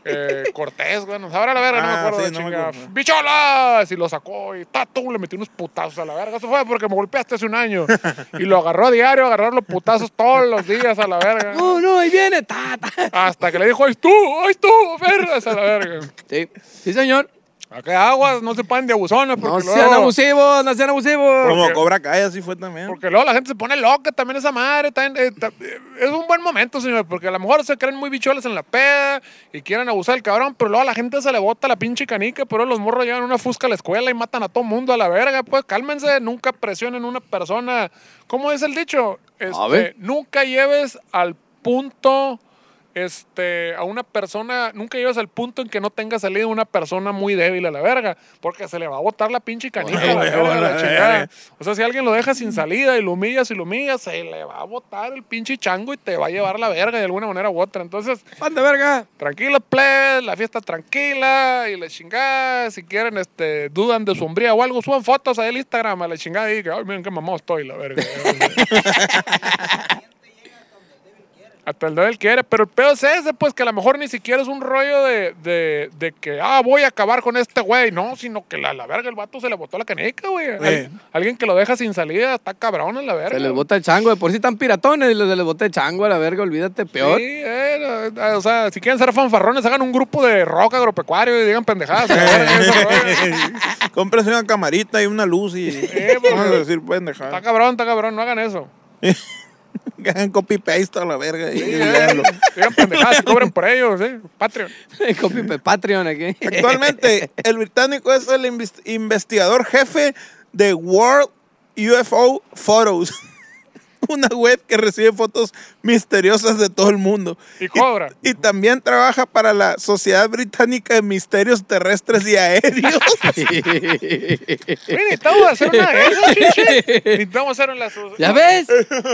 Speaker 2: Eh, Cortés, bueno, ahora la verga, no me
Speaker 3: Ah,
Speaker 2: acuerdo
Speaker 3: sí,
Speaker 2: de
Speaker 3: no me
Speaker 2: chingada.
Speaker 3: acuerdo.
Speaker 2: ¡Bicholas! Y lo sacó y tatu, le metió unos putazos a la verga. Eso fue porque me golpeaste hace un año. Y lo agarró a diario, agarró los putazos todos los días a la verga.
Speaker 4: No, no, ahí viene. Ta, <laughs> ta.
Speaker 2: Hasta que le dijo, ¡ay tú! ¡ay tú! ¡Vergas a la verga!
Speaker 4: Sí, sí, señor.
Speaker 2: Acá aguas, no se paren de abusones
Speaker 4: No
Speaker 2: porque
Speaker 4: sean
Speaker 2: luego...
Speaker 4: abusivos, no sean abusivos.
Speaker 3: Como Cobra Kai, así fue también.
Speaker 2: Porque luego la gente se pone loca también esa madre. también, eh, ta- eh, es un buen momento, señor, porque a lo mejor se creen muy bichuelas en la peda y quieren abusar del cabrón, pero luego a la gente se le bota la pinche canica, pero los morros llevan una fusca a la escuela y matan a todo mundo a la verga. Pues cálmense, nunca presionen una persona. ¿Cómo es el dicho? Este,
Speaker 5: ver.
Speaker 2: Nunca lleves al punto... Este, a una persona, nunca lleves al punto en que no tenga salida una persona muy débil a la verga, porque se le va a botar la pinche canica. a la
Speaker 3: Ay,
Speaker 2: verga, a la
Speaker 3: hola,
Speaker 2: chingada.
Speaker 3: eh.
Speaker 2: O sea, si alguien lo deja sin salida y lo humillas y lo humillas, se le va a botar el pinche chango y te va a llevar la verga de alguna manera u otra. Entonces,
Speaker 4: ¡Pan de verga!
Speaker 2: tranquilos, plebes, la fiesta tranquila y la chingada. Si quieren, este, dudan de su hombría o algo, suban fotos ahí al Instagram a la chingada y que, ay, miren qué mamado estoy, la verga. <laughs> Hasta el débil quiere, pero el pedo es ese, pues que a lo mejor ni siquiera es un rollo de, de, de que, ah, voy a acabar con este güey, no, sino que la, la verga, el vato se le botó la canica, güey. Al-
Speaker 3: Eh.
Speaker 2: alguien que lo deja sin salida, está cabrón en la verga.
Speaker 4: Se les bota el chango, de por si están piratones, y se les bota el chango a la verga, olvídate, peor.
Speaker 2: Sí, eh, no, eh, o sea, si quieren ser fanfarrones, hagan un grupo de rock agropecuario y digan
Speaker 4: <laughs>
Speaker 2: pendejadas. a la verga, eso, güey.
Speaker 3: <laughs> Cómprese una camarita y una luz y.
Speaker 2: porque-
Speaker 3: Vamos a decir, pueden
Speaker 2: está
Speaker 3: dejar.
Speaker 2: cabrón, está cabrón, no hagan eso.
Speaker 3: Que hagan copy paste a la verga. y-
Speaker 2: Sí, eh, digan pendejadas y cobren por ellos, ¿eh? Patreon.
Speaker 4: <laughs> Copy pe- Patreon aquí.
Speaker 3: Actualmente, el británico es el inves- investigador jefe de World UFO Photos, <laughs> una web que recibe fotos misteriosas de todo el mundo.
Speaker 2: Y cobra.
Speaker 3: Y, también trabaja para la Sociedad Británica de Misterios Terrestres y
Speaker 4: <laughs>
Speaker 3: Aéreos.
Speaker 2: Oye, necesitamos hacer una de esas, chiche. Necesitamos hacer una
Speaker 4: ¿Ya ves?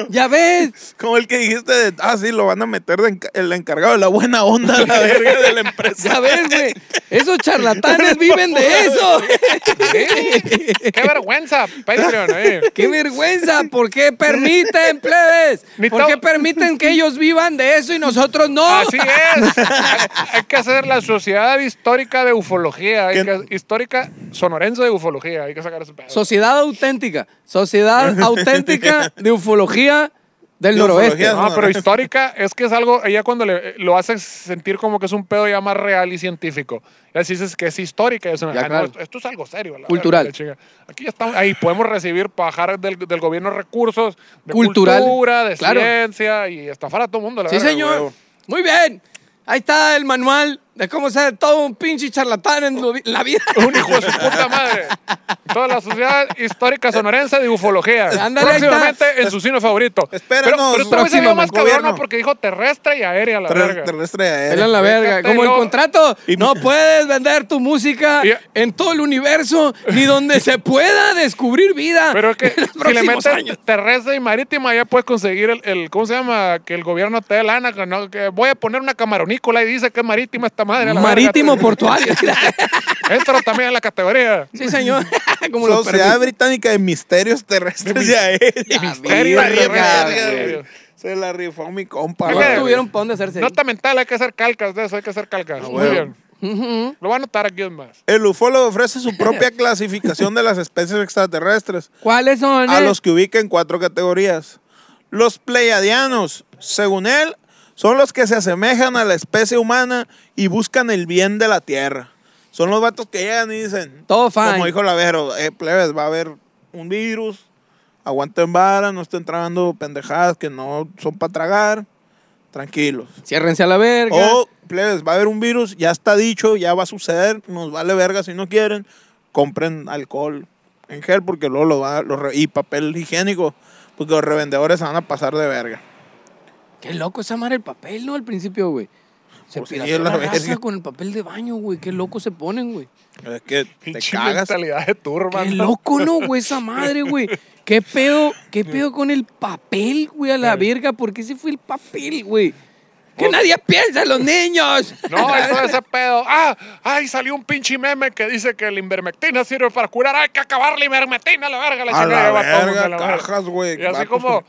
Speaker 4: ¿Ya ves?
Speaker 3: Como el que dijiste, de, ah, sí, lo van a meter de enca- el encargado de la buena onda, la verga
Speaker 4: <laughs>
Speaker 3: de la empresa.
Speaker 4: ¿Ya ves, güey? Esos charlatanes viven de eso. <laughs>
Speaker 2: Qué vergüenza, Patreon, ¿eh?
Speaker 4: ¡Qué vergüenza! ¿Por qué permiten, plebes?
Speaker 2: Ni
Speaker 4: ¿Por qué
Speaker 2: to- Ah,
Speaker 4: permiten que ellos vivan de eso y nosotros no?
Speaker 2: Así es. Hay- Hay que hacer la sociedad histórica de ufología. hay
Speaker 3: ¿Qué?
Speaker 2: que- histórica sonorense de ufología. Hay que sacar ese pedo.
Speaker 4: Sociedad auténtica. Sociedad auténtica de ufología del
Speaker 3: De
Speaker 4: noroeste.
Speaker 3: ufología.
Speaker 2: No, Ah, pero histórica es que es algo, ella cuando le, eh, lo hace sentir como que es un pedo ya más real y científico. Y así dices que es histórica. y es una-
Speaker 4: Ya,
Speaker 2: ah, no,
Speaker 4: claro.
Speaker 2: esto, esto es algo serio. la
Speaker 4: Cultural.
Speaker 2: verga, la chinga. Aquí ya estamos, ahí podemos recibir, bajar del, del gobierno recursos de
Speaker 4: Cultural,
Speaker 2: cultura, de
Speaker 4: claro.
Speaker 2: ciencia y estafar a todo el mundo. la
Speaker 4: Sí,
Speaker 2: verga,
Speaker 4: señor.
Speaker 2: güey.
Speaker 4: Muy bien. Ahí está el manual de cómo ser todo un pinche charlatán en lo vi- la vida.
Speaker 2: Un hijo de su puta madre. Toda la sociedad histórica sonorense de ufología.
Speaker 4: <laughs> Ándale, ahí está.
Speaker 2: Próximamente en su cine favorito.
Speaker 3: Espéranos,
Speaker 2: Pero, pero este güey se vio
Speaker 3: próximo,
Speaker 2: más
Speaker 3: gobierno.
Speaker 2: cabrón porque dijo terrestre y aérea la verga.
Speaker 3: Ter- terrestre y aéreo.
Speaker 4: Pelan la verga.
Speaker 2: Fíjate,
Speaker 4: Como el
Speaker 2: no.
Speaker 4: contrato.
Speaker 2: <laughs>
Speaker 4: No puedes vender tu música
Speaker 2: Y-
Speaker 4: en todo el universo ni
Speaker 2: <laughs>
Speaker 4: donde se pueda descubrir vida.
Speaker 2: Pero es que
Speaker 4: <laughs> en los
Speaker 2: si le
Speaker 4: próximos
Speaker 2: metes
Speaker 4: años.
Speaker 2: terrestre y marítima, ya puedes conseguir el, el- ¿cómo se llama? Que el gobierno te dé lana. que no- que voy a poner una camaronícola y dice que es marítima esta madre. a la
Speaker 4: Marítimo
Speaker 2: verga. <laughs>
Speaker 4: portuario.
Speaker 3: pues.
Speaker 2: Entra también en la categoría.
Speaker 4: <laughs> sí, señor. <laughs> Como los
Speaker 3: Sociedad
Speaker 4: permisos.
Speaker 3: Británica de Misterios Terrestres y <laughs> Aéreos.
Speaker 2: Misterio,
Speaker 4: verga,
Speaker 2: la verga,
Speaker 4: güey.
Speaker 2: güey.
Speaker 3: Se la rifó mi compa.
Speaker 2: Deja
Speaker 3: güey.
Speaker 4: No tuvieron para dónde hacerse.
Speaker 2: Nota mental, hay que hacer calcas de eso, hay que hacer calcas. Muy
Speaker 3: Ah, huevo.
Speaker 2: bien. Lo va a anotar aquí es más.
Speaker 3: El ufólogo ofrece su propia <laughs> clasificación de las especies extraterrestres,
Speaker 4: ¿Cuáles son?
Speaker 3: a
Speaker 4: eh?
Speaker 3: los que ubica en cuatro categorías. Los pleiadianos, según él, son los que se asemejan a la especie humana y buscan el bien de la Tierra. Son los vatos que llegan y dicen,
Speaker 4: Todo fine.
Speaker 3: como dijo Lavero, eh, plebes, va a haber un virus, aguanten vara, no estén tragando pendejadas que no son para tragar, tranquilos.
Speaker 4: Ciérrense a la verga.
Speaker 3: O, plebes, va a haber un virus, ya está dicho, ya va a suceder, nos vale verga si no quieren, compren alcohol en gel porque luego lo va, lo re- y papel higiénico, porque los revendedores se van a pasar de verga.
Speaker 4: Qué loco esa madre el papel, ¿no? Al principio, güey. Se
Speaker 3: Pues sí,
Speaker 4: pirateó
Speaker 3: la
Speaker 4: la
Speaker 3: verga.
Speaker 4: raza con el papel de baño, güey. Qué loco se ponen, güey.
Speaker 3: Es que te
Speaker 2: Pinche
Speaker 3: cagas.
Speaker 2: mentalidad de turba.
Speaker 4: Qué
Speaker 2: ¿no?
Speaker 4: loco, ¿no, güey? Esa madre, güey. ¿Qué pedo, qué pedo con el papel, güey, a la verga? ¿Por qué se fue el papel, güey? Que nadie piensa en los niños.
Speaker 2: No, eso es ese pedo. Ah, ay, salió un pinche meme que dice que la invermectina sirve para curar. Hay que acabar la invermectina, la verga. La
Speaker 3: A
Speaker 2: chingada,
Speaker 3: la
Speaker 2: lleva todo el mundo
Speaker 3: verga,
Speaker 2: a la verga.
Speaker 3: cajas, güey,
Speaker 2: Y así
Speaker 3: vatos.
Speaker 2: como.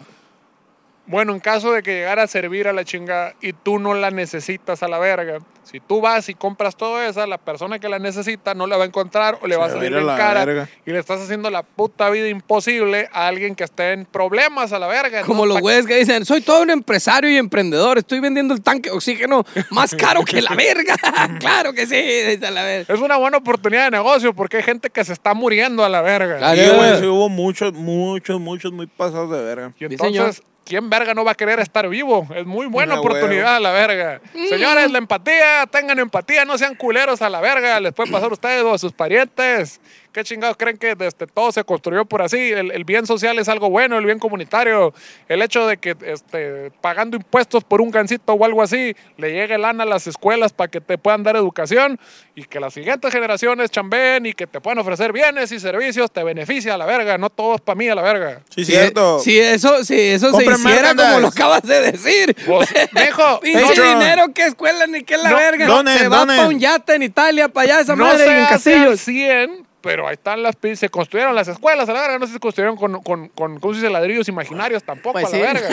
Speaker 2: bueno, en caso de que llegara a servir a la chingada y tú no la necesitas a la verga, si tú vas y compras todo eso, la persona que la necesita no la va a encontrar o le va a
Speaker 3: va a
Speaker 2: salir
Speaker 3: ir a
Speaker 2: en
Speaker 3: la
Speaker 2: cara
Speaker 3: verga.
Speaker 2: y le estás haciendo la puta vida imposible a alguien que esté en problemas a la verga.
Speaker 4: <laughs> Como
Speaker 2: ¿no?
Speaker 4: los
Speaker 2: Pa-
Speaker 4: güeyes que dicen, soy todo un empresario y emprendedor, estoy vendiendo el tanque de oxígeno más caro que la verga. <laughs> claro que sí, dice la verga.
Speaker 2: Es una buena oportunidad de negocio porque hay gente que se está muriendo a la verga.
Speaker 4: Claro.
Speaker 3: Sí, güey, sí hubo muchos, muchos, muchos muy pasados de verga.
Speaker 2: Y
Speaker 4: Sí,
Speaker 2: entonces,
Speaker 4: señor.
Speaker 2: ¿quién verga no va a querer estar vivo? Es muy buena
Speaker 3: Ah,
Speaker 2: oportunidad, la verga. Señores, la empatía, tengan empatía, no sean culeros a la verga. Les puede pasar a ustedes o a sus parientes. ¿Qué chingados creen que desde todo se construyó por así? El, el bien social es algo bueno, el bien comunitario. El hecho de que este, pagando impuestos por un gancito o algo así, le llegue lana a las escuelas para que te puedan dar educación y que las siguientes generaciones chambeen y que te puedan ofrecer bienes y servicios, te beneficia a la verga. No todo es para mí a la verga.
Speaker 3: Sí, cierto.
Speaker 4: Si eso, si eso se
Speaker 3: Compren
Speaker 4: hiciera como
Speaker 3: merchandise.
Speaker 4: lo acabas de decir.
Speaker 2: Vos, viejo,
Speaker 4: <laughs> Pinche
Speaker 3: no-
Speaker 4: dinero, que escuela, ni que la
Speaker 2: No,
Speaker 4: verga.
Speaker 3: donen,
Speaker 4: se va
Speaker 3: donen.
Speaker 4: para un yate en Italia, para allá esa
Speaker 2: no se
Speaker 4: madre, y en
Speaker 2: hace al
Speaker 4: Castillos.
Speaker 2: 100, pero ahí están las pin- se construyeron las escuelas, a la verga, no se construyeron con, con, con ¿cómo se dice? ladrillos imaginarios tampoco,
Speaker 4: Pues
Speaker 2: a
Speaker 4: sí.
Speaker 2: la
Speaker 4: <laughs>
Speaker 2: verga.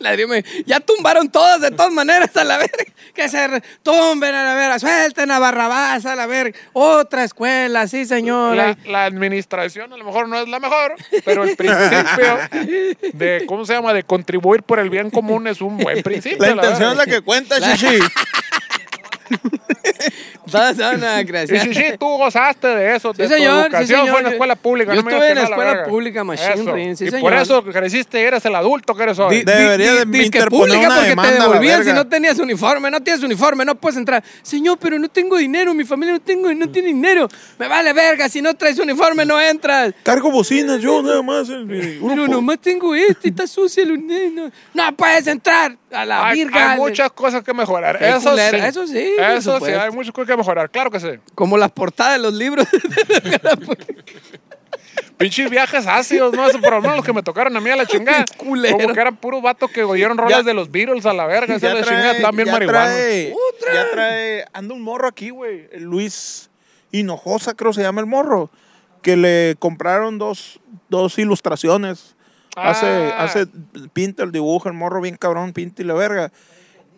Speaker 4: Ladrillo me- ya tumbaron todas de todas maneras a la verga. Que se re- tumben a la verga, suelten a Barrabás a la verga. Otra escuela, sí, señora.
Speaker 2: La, la administración a lo mejor no es la mejor, pero el principio de, ¿cómo se llama? De contribuir por el bien común es un buen principio.
Speaker 3: La
Speaker 2: a
Speaker 3: intención es
Speaker 2: verga.
Speaker 3: la que cuenta, Chichi.
Speaker 4: Todas son una
Speaker 2: Y
Speaker 4: creación.
Speaker 2: sí, sí, tú gozaste de eso.
Speaker 4: Sí,
Speaker 2: de
Speaker 4: señor, sí,
Speaker 2: Tu educación
Speaker 4: señor.
Speaker 2: fue en la escuela pública. no
Speaker 4: Yo
Speaker 2: me
Speaker 4: estuve en
Speaker 2: digas que
Speaker 4: la
Speaker 2: no,
Speaker 4: escuela
Speaker 2: verga.
Speaker 4: pública, machine,
Speaker 2: Eso.
Speaker 4: rin, sí,
Speaker 2: y
Speaker 4: señor.
Speaker 2: por eso creciste y eres el adulto que eres hoy.
Speaker 4: Di-
Speaker 3: Debería
Speaker 4: di-
Speaker 3: de
Speaker 4: di- disque
Speaker 3: interponer
Speaker 4: pública
Speaker 3: una
Speaker 4: porque
Speaker 3: demanda a
Speaker 4: te
Speaker 3: la
Speaker 4: devolvían si
Speaker 3: verga.
Speaker 4: no tenías uniforme, no tienes uniforme, no puedes entrar. Señor, pero no tengo dinero, mi familia no tengo, no tiene dinero. Me vale verga, si no traes uniforme no entras.
Speaker 3: Cargo bocinas yo nada más. eh, en mi <laughs> grupo.
Speaker 4: Pero nomás tengo este, está sucio el uni- no, no puedes entrar a la
Speaker 2: Hay,
Speaker 4: virga.
Speaker 2: hay muchas cosas que mejorar.
Speaker 4: Qué
Speaker 2: Eso sí.
Speaker 4: culera, eso sí, por
Speaker 2: Eso sí,
Speaker 4: supuesto.
Speaker 2: hay muchas cosas que mejorar. Claro que sí.
Speaker 4: Como las portadas de los libros. <laughs>
Speaker 2: Pinches viajes ácidos, ¿no? Eso, por lo menos los que me tocaron a mí a la chingada.
Speaker 4: <laughs> Culero.
Speaker 2: Como que eran puros vatos que oyeron rolas
Speaker 3: Ya-
Speaker 2: de los Beatles a la
Speaker 3: <laughs>
Speaker 2: verga. Esa la chingada también
Speaker 3: ya
Speaker 2: marihuana.
Speaker 3: trae- ya trae, anda un morro aquí, güey. el Luis Hinojosa, creo se llama el morro. Que le compraron dos, dos ilustraciones. Hace,
Speaker 2: Ah.
Speaker 3: hace, pinta el dibujo, el morro bien cabrón, pinta y la verga.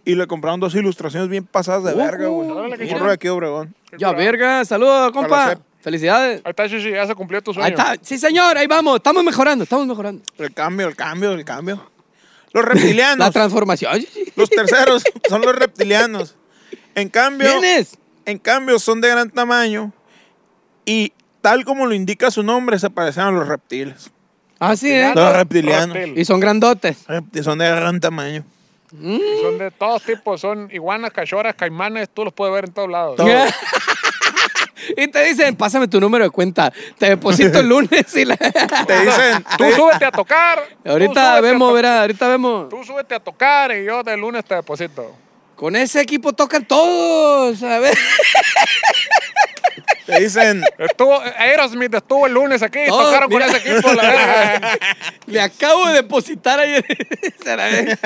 Speaker 3: Y le compraron dos ilustraciones bien pasadas de
Speaker 4: Uh,
Speaker 3: verga, güey.
Speaker 2: órale, qué
Speaker 3: Un
Speaker 2: chido.
Speaker 3: morro de aquí, de Obregón.
Speaker 4: ya, verga, saludos,
Speaker 3: Para la
Speaker 4: compa.
Speaker 3: SEP.
Speaker 4: Felicidades.
Speaker 2: Ahí está, Shishi, ya se cumplió tu sueño.
Speaker 4: Ahí está. Sí, señor, ahí vamos, estamos mejorando, estamos mejorando.
Speaker 3: El cambio, el cambio, el cambio.
Speaker 2: <laughs>
Speaker 3: Los reptilianos.
Speaker 4: La transformación.
Speaker 3: Los terceros son los reptilianos. En cambio,
Speaker 4: ¿Vienes?
Speaker 3: en cambio, son de gran tamaño y tal como lo indica su nombre, se parecen a los reptiles.
Speaker 4: Así es.
Speaker 3: Los reptilianos.
Speaker 4: Ah, ¿eh? Y
Speaker 2: Reptil.
Speaker 4: son grandotes.
Speaker 3: Repti- Eh, Son de gran tamaño.
Speaker 2: Y Son de todos tipos. Son iguanas, cachorras, caimanes. Tú los puedes ver en todos lados.
Speaker 3: Todo.
Speaker 4: <laughs> y te dicen, pásame tu número de cuenta. Te deposito el lunes y la... <laughs>
Speaker 3: Te dicen,
Speaker 2: Tú súbete a tocar. tú súbete
Speaker 4: Ahorita
Speaker 2: a
Speaker 4: vemos,
Speaker 2: to-
Speaker 4: verá, ahorita vemos.
Speaker 2: Tú súbete a tocar y yo de lunes te deposito.
Speaker 4: Con ese equipo tocan todos, a ver. <laughs>
Speaker 3: te dicen,
Speaker 2: Estuvo, Aerosmith estuvo el lunes aquí y
Speaker 4: Todos,
Speaker 2: tocaron
Speaker 4: mira.
Speaker 2: con ese equipo, la verga.
Speaker 4: Le acabo de depositar <laughs> ayer. Se, la ve.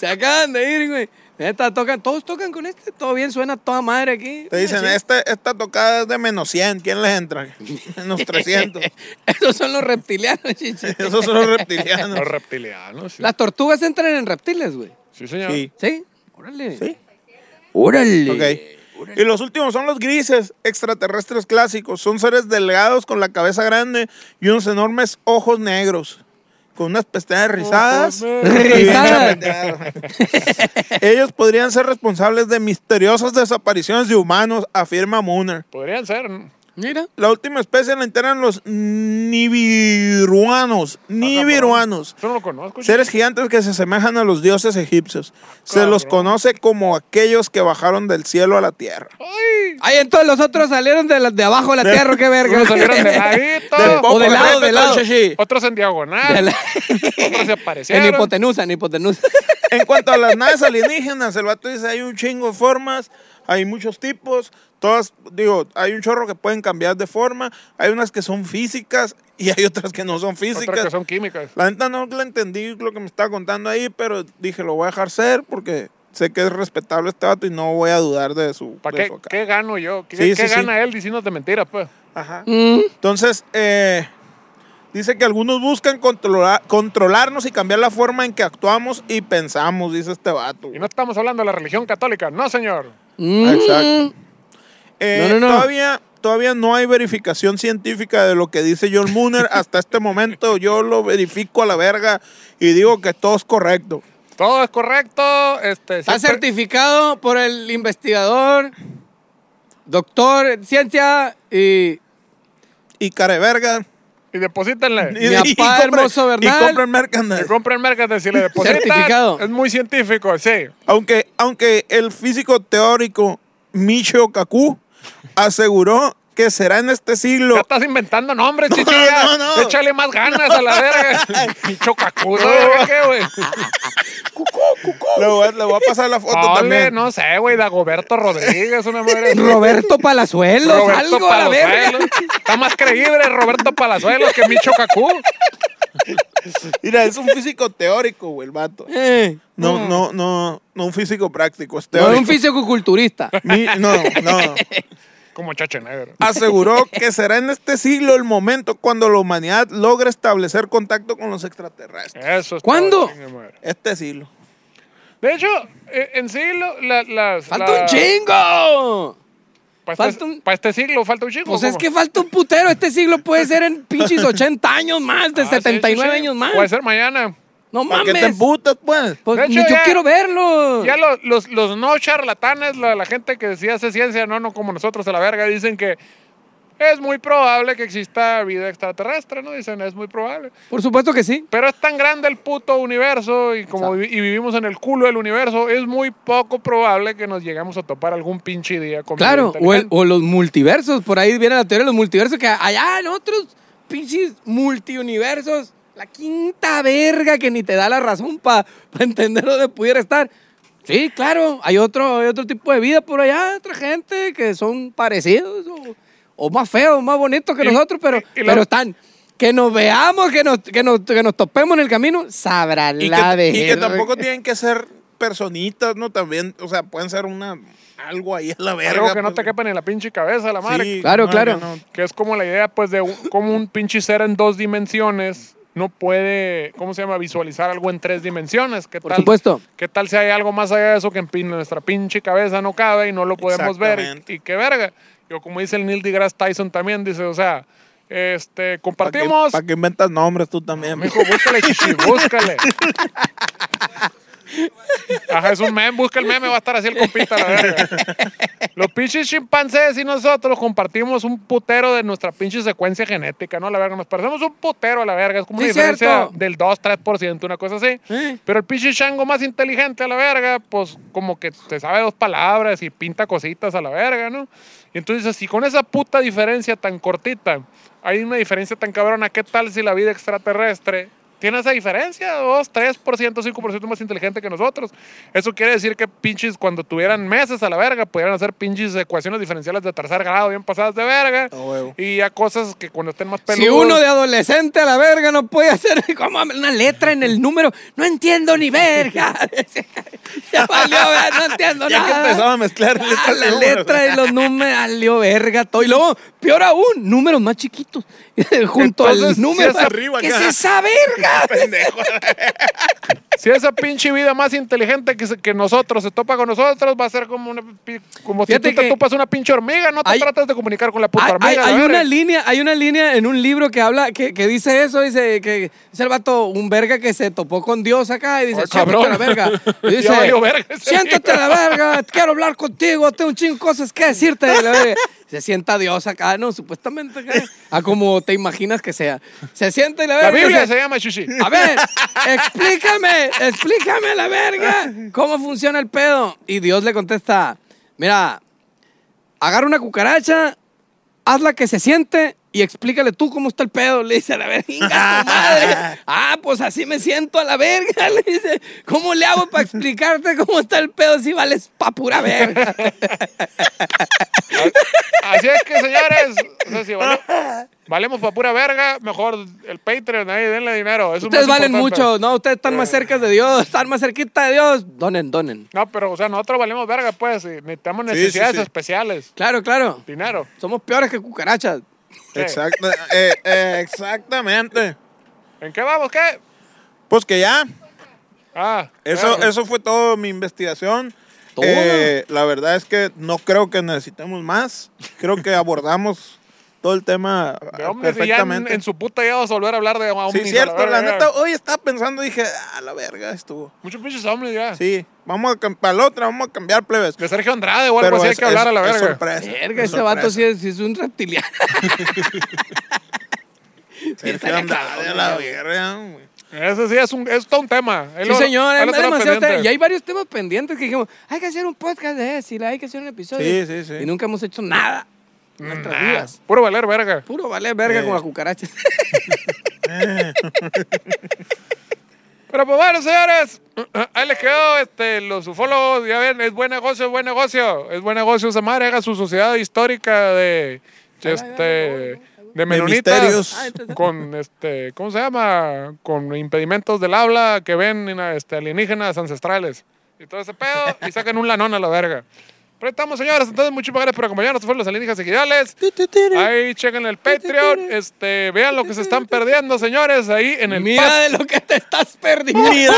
Speaker 4: Se acaban de ir, güey. Neta, tocan, todos tocan con este, todo bien, suena toda madre aquí.
Speaker 3: te dicen,
Speaker 4: Mira, sí.
Speaker 3: "Este- esta tocada es de menos 100, ¿quién les entra? <laughs> Menos 300.
Speaker 4: <laughs> Esos son los reptilianos, chichi.
Speaker 3: Esos son los reptilianos.
Speaker 2: Los reptilianos. Sí,
Speaker 4: Las tortugas entran en reptiles, güey.
Speaker 2: Sí, señor.
Speaker 3: Sí.
Speaker 4: ¿Sí? Órale.
Speaker 3: Sí.
Speaker 4: Órale.
Speaker 3: Ok. Y los últimos son los grises, extraterrestres clásicos. Son seres delgados con la cabeza grande y unos enormes ojos negros. Con unas pestañas rizadas.
Speaker 4: Oh,
Speaker 2: negros.
Speaker 3: y bien <laughs>
Speaker 4: Rizadas.
Speaker 3: chapeteadas. Ellos podrían ser responsables de misteriosas desapariciones de humanos, afirma Mooner.
Speaker 2: Podrían ser. ¿no?
Speaker 4: Mira.
Speaker 3: La última especie la enteran los nibiruanos. Nibiruanos.
Speaker 2: Yo no lo conozco. chico.
Speaker 3: Seres gigantes que se asemejan a los dioses egipcios. Se los
Speaker 2: Cabrón.
Speaker 3: conoce como aquellos que bajaron del cielo a la tierra.
Speaker 2: Ay,
Speaker 4: Ay, entonces los otros salieron de, la- de abajo de la tierra, qué
Speaker 3: <laughs>
Speaker 4: verga.
Speaker 2: unos salieron de ladito,
Speaker 3: Del
Speaker 4: o de
Speaker 3: poco
Speaker 4: lado, de
Speaker 3: respeto
Speaker 4: lado.
Speaker 3: al shishi.
Speaker 2: otros en diagonal,
Speaker 4: <laughs> De la-
Speaker 2: otros se
Speaker 4: <laughs> En
Speaker 2: aparecieron.
Speaker 4: hipotenusa, en hipotenusa.
Speaker 3: <laughs> En cuanto a las naves alienígenas, el vato dice, hay un chingo de formas, hay muchos tipos, todas, digo, hay un chorro que pueden cambiar de forma, hay unas que son físicas y hay otras que no son
Speaker 2: otros
Speaker 3: físicas.
Speaker 2: que son químicas.
Speaker 3: La neta no la entendí lo que me estaba contando ahí, pero dije, lo voy a dejar ser porque sé que es respetable este vato y no voy a dudar de su...
Speaker 2: ¿Para
Speaker 3: de
Speaker 2: qué,
Speaker 3: su acá.
Speaker 2: qué gano yo? ¿Qué,
Speaker 3: Sí,
Speaker 2: qué
Speaker 3: sí, sí.
Speaker 2: gana él diciéndote mentiras, pues?
Speaker 3: Ajá.
Speaker 4: Mm.
Speaker 3: Entonces, eh, Dice que algunos buscan controlar, controlarnos y cambiar la forma en que actuamos y pensamos, dice este vato.
Speaker 2: Y no estamos hablando de la religión católica, no, señor.
Speaker 4: mm.
Speaker 3: Exacto. Eh,
Speaker 4: No, no, no.
Speaker 3: Todavía, todavía no hay verificación científica de lo que dice John Mooner. Hasta este momento yo lo verifico a la verga y digo que todo es correcto.
Speaker 2: Todo es correcto. Este,
Speaker 4: Está
Speaker 2: siempre-
Speaker 4: certificado por el investigador, doctor en ciencia y
Speaker 3: Y careverga.
Speaker 2: Y deposítenle.
Speaker 3: Y, <laughs>
Speaker 4: Mi
Speaker 3: y
Speaker 4: apá
Speaker 3: compren-
Speaker 4: hermoso
Speaker 3: y
Speaker 4: Bernal.
Speaker 3: compren merchandise.
Speaker 2: Que compren merchandise si le depositan.
Speaker 4: Certificado.
Speaker 2: Es muy científico, sí.
Speaker 3: Aunque, aunque el físico teórico Michio Kaku aseguró que será en este siglo
Speaker 2: Ya estás inventando nombres, chicho. ya.
Speaker 3: no, no.
Speaker 2: Échale más ganas a la
Speaker 4: <laughs>
Speaker 2: verga. Chicho cacudo, verga, ¿qué, güey?
Speaker 3: Le voy, a- le voy a pasar la foto
Speaker 2: Ole,
Speaker 3: también.
Speaker 2: no sé, güey. Dagoberto Rodríguez, una madre.
Speaker 3: <laughs>
Speaker 4: Roberto Palazuelos,
Speaker 2: Roberto
Speaker 4: algo a la verga.
Speaker 2: Palazuelos. Está más creíble Roberto Palazuelos que Micho Cacú.
Speaker 3: Mira, es un físico teórico, güey, el vato.
Speaker 4: <laughs> Eh,
Speaker 3: No, no, no, no un físico práctico, es
Speaker 4: no
Speaker 3: teórico.
Speaker 4: es un fisicoculturista.
Speaker 3: Mi- no, no.
Speaker 2: Como Chachenegger.
Speaker 4: <laughs>
Speaker 3: Aseguró que será en este siglo el momento cuando la humanidad logre establecer contacto con los extraterrestres.
Speaker 2: Eso es
Speaker 4: ¿Cuándo?
Speaker 2: todo, chingue madre.
Speaker 3: Este siglo.
Speaker 2: De hecho, eh, en sí, lo- la- las.
Speaker 4: ¡Falta
Speaker 2: la-
Speaker 4: un chingo!
Speaker 2: Para este,
Speaker 4: falta un-
Speaker 2: pa' este siglo, falta un chingo.
Speaker 4: Pues es
Speaker 2: ¿cómo?
Speaker 4: que falta un putero. Este siglo puede ser en
Speaker 2: <laughs>
Speaker 4: pinches 80 años más, de
Speaker 2: Ah, sí,
Speaker 4: 79
Speaker 2: sí, Pues, sí.
Speaker 4: años más.
Speaker 2: Puede ser mañana.
Speaker 4: no
Speaker 3: ¿Para qué te
Speaker 4: mames.
Speaker 3: emputas, pues?
Speaker 4: Pues
Speaker 2: De hecho,
Speaker 4: ni yo
Speaker 2: ya-
Speaker 4: quiero verlo.
Speaker 2: Ya lo- los, los no charlatanes, la, la gente que sí hace ciencia, no, no como nosotros a la verga, dicen que es muy probable que exista vida extraterrestre, ¿no? Dicen, es muy probable.
Speaker 4: Por supuesto que sí.
Speaker 2: Pero es tan grande el puto universo y como vi- y vivimos en el culo del universo, es muy poco probable que nos llegamos a topar algún pinche día con vida
Speaker 4: Claro, o, el-
Speaker 2: inteligente.
Speaker 4: o los multiversos, por ahí viene la teoría de los multiversos, que allá en otros pinches multiuniversos, la quinta verga que ni te da la razón para entender dónde pudiera estar. Sí, claro, hay otro, hay otro tipo de vida por allá, otra gente que son parecidos o, o más feos, más bonitos que
Speaker 2: Y-
Speaker 4: nosotros, pero,
Speaker 2: y- y la-
Speaker 4: pero están. Que nos veamos, que nos, que nos, que nos topemos en el camino, sabrá
Speaker 3: Y
Speaker 4: la
Speaker 3: que, y que
Speaker 4: verga.
Speaker 3: tampoco tienen que ser personitas, ¿no? También, o sea, pueden ser una algo ahí a la verga.
Speaker 2: Algo que no te
Speaker 3: pues.
Speaker 2: quepa ni en la pinche cabeza, la madre.
Speaker 3: Sí,
Speaker 4: Claro,
Speaker 3: no,
Speaker 4: claro.
Speaker 3: no, no.
Speaker 2: Que es como la idea, pues, de un- cómo un pinche ser en dos dimensiones no puede, ¿cómo se llama?, visualizar algo en tres dimensiones. ¿Qué
Speaker 4: Por
Speaker 2: tal,
Speaker 4: supuesta.
Speaker 2: ¿Qué tal si hay algo más allá de eso que en pin- nuestra pinche cabeza no cabe y no lo podemos ver?
Speaker 3: Exactamente.
Speaker 2: Y, y qué verga. Yo, como dice el Neil deGrasse Tyson también, dice, o sea, este,
Speaker 3: ¿Para qué,
Speaker 2: compartimos.
Speaker 3: pa' qué inventas nombres tú también?
Speaker 2: Mijo, búscale, chichi, búscale. Ajá, es un meme, busca el meme, va a estar así el compita, la verga. Los pinches chimpancés y nosotros compartimos un putero de nuestra pinche secuencia genética, ¿no? La verga, nos parecemos un putero a la verga, es como una
Speaker 4: Sí,
Speaker 2: diferencia
Speaker 4: cierto.
Speaker 2: del 2-3%, una cosa así.
Speaker 4: Eh.
Speaker 2: Pero el pinche chango más inteligente a la verga, pues como que te sabe dos palabras y pinta cositas a la verga, ¿no? Y entonces, si con esa puta diferencia tan cortita hay una diferencia tan cabrona, ¿qué tal si la vida extraterrestre tiene esa diferencia? 2, 3%, 5% más inteligente que nosotros. Eso quiere decir que pinches, cuando tuvieran meses a la verga, pudieran hacer pinches ecuaciones diferenciales de tercer grado bien pasadas de verga. <laughs>
Speaker 3: A huevo.
Speaker 2: Y ya cosas que cuando estén más peludos.
Speaker 4: Si uno de adolescente a la verga no puede hacer <laughs> como una letra en el número, no entiendo ni verga. <laughs> ya valió, verga, no
Speaker 3: <laughs>
Speaker 4: entiendo
Speaker 3: Ya que
Speaker 4: nada.
Speaker 3: empezaba a mezclar letras y
Speaker 4: Ah, la
Speaker 3: números.
Speaker 4: letra y los números, valió verga todo. Y luego, peor aún, números más chiquitos. <laughs> Junto
Speaker 2: Entonces,
Speaker 4: al número.
Speaker 3: si es arriba
Speaker 4: ¿Qué
Speaker 3: acá.
Speaker 4: es
Speaker 3: <laughs>
Speaker 4: esa verga?
Speaker 2: Si esa pinche vida más inteligente que, se- que nosotros se topa con nosotros, va a ser como una pi- como si
Speaker 4: Fíjate
Speaker 2: tú te
Speaker 4: que-
Speaker 2: topas una pinche hormiga, no te
Speaker 4: Hay-
Speaker 2: tratas de comunicar con la puta
Speaker 4: Hay, hay-
Speaker 2: hormiga. la
Speaker 4: hay
Speaker 2: verga.
Speaker 4: una línea, hay una línea en un libro que habla, que, que dice eso, dice que es el vato, un verga que se topó con Dios acá y dice,
Speaker 2: Ay,
Speaker 4: siéntate a la
Speaker 2: Oh, cabrón. <laughs>
Speaker 4: verga. Y
Speaker 2: Ya
Speaker 4: dice,
Speaker 2: valió verga ese
Speaker 4: siéntate a
Speaker 2: libro.
Speaker 4: la verga, quiero hablar contigo, tengo un chingo de cosas que decirte. Y la verga. Se sienta Dios acá, no, supuestamente acá, a como te imaginas que sea. Se sienta y la verga.
Speaker 2: La Biblia
Speaker 4: dice,
Speaker 2: se llama Chuchi.
Speaker 4: a ver, explícame, explícame a la verga cómo funciona el pedo. Y Dios le contesta, mira, agarra una cucaracha, hazla que se siente y explícale tú cómo está el pedo. Le dice a la verga, "Inga tu madre. Ah, pues así me siento a la verga. Le dice, ¿cómo le hago para explicarte cómo está el pedo si vales pa' pura verga?
Speaker 2: Así es que, señores, o sea, si vale- valemos para pura verga, mejor el Patreon ahí, denle dinero. Eso es
Speaker 4: Ustedes
Speaker 2: más
Speaker 4: valen
Speaker 2: importante.
Speaker 4: mucho, ¿no? Ustedes están más cerca de Dios, están más cerquita de Dios. Donen, donen.
Speaker 2: No, pero, o sea, nosotros valemos verga, pues, y necesitamos
Speaker 3: Sí, sí,
Speaker 2: necesidades
Speaker 3: sí.
Speaker 2: especiales.
Speaker 4: Claro, claro.
Speaker 2: Dinero.
Speaker 4: Somos peores que cucarachas.
Speaker 3: Exacto, eh, eh, exactamente.
Speaker 2: ¿En qué vamos? ¿Qué?
Speaker 3: Pues que ya,
Speaker 2: Ah,
Speaker 3: eso,
Speaker 2: claro.
Speaker 3: eso fue todo mi investigación.
Speaker 4: ¿Toda?
Speaker 3: Eh, la verdad es que no creo que necesitemos más. Creo que abordamos todo el tema
Speaker 2: <laughs>
Speaker 3: eh,
Speaker 2: De hombres y ya en-
Speaker 3: perfectamente.
Speaker 2: en, su puta ya vas a volver a hablar de hombres.
Speaker 3: Sí, cierto, la neta, hoy estaba pensando, dije, ah, la verga, estuvo.
Speaker 2: Muchos pinches hombres ya.
Speaker 3: Sí, vamos a cam- para la otra, vamos a cambiar plebes.
Speaker 2: De Sergio Andrade o algo así hay
Speaker 3: es-
Speaker 2: que hablar
Speaker 3: es-
Speaker 2: a la
Speaker 3: es
Speaker 2: verga.
Speaker 3: sorpresa,
Speaker 4: Verga,
Speaker 3: es
Speaker 4: ese vato
Speaker 3: sorpresa.
Speaker 4: sí es, sí es
Speaker 2: <laughs>
Speaker 4: un reptiliano.
Speaker 3: Sergio Andrade a la verga, güey.
Speaker 2: Ese sí es, un, es todo un tema. Ahí
Speaker 4: Sí,
Speaker 2: lo-
Speaker 4: señor,
Speaker 2: ahí
Speaker 4: hay
Speaker 2: lo tenemos
Speaker 4: demasiados
Speaker 2: pendiente.
Speaker 4: temas. Y hay varios temas pendientes que dijimos, hay que hacer un podcast de Esila, hay que hacer un episodio.
Speaker 3: Sí, sí, sí.
Speaker 4: Y nunca hemos hecho nada en nuestras
Speaker 2: Nah,
Speaker 4: vidas.
Speaker 2: Puro valer verga.
Speaker 4: Puro vale verga
Speaker 3: Eh.
Speaker 4: con las
Speaker 3: <laughs>
Speaker 4: cucarachas.
Speaker 2: Pero pues bueno, señores, ahí les quedó este, los ufólogos, ya ven, es buen negocio, es buen negocio, es buen negocio esa madre, haga su sociedad histórica de este de menonitas
Speaker 3: misterios. Ah,
Speaker 4: entonces-
Speaker 2: con este, ¿cómo se llama? con impedimentos del habla que ven este, alienígenas ancestrales y todo ese pedo y sacan un lanón a la verga. Pero ahí estamos, señores, entonces muchísimas gracias por acompañarnos, estos fueron los alienígenas ejidales. Ahí chequen el Patreon, este, vean lo que se están perdiendo, señores, ahí en el
Speaker 4: Mira de lo que te estás perdiendo.
Speaker 3: Mira,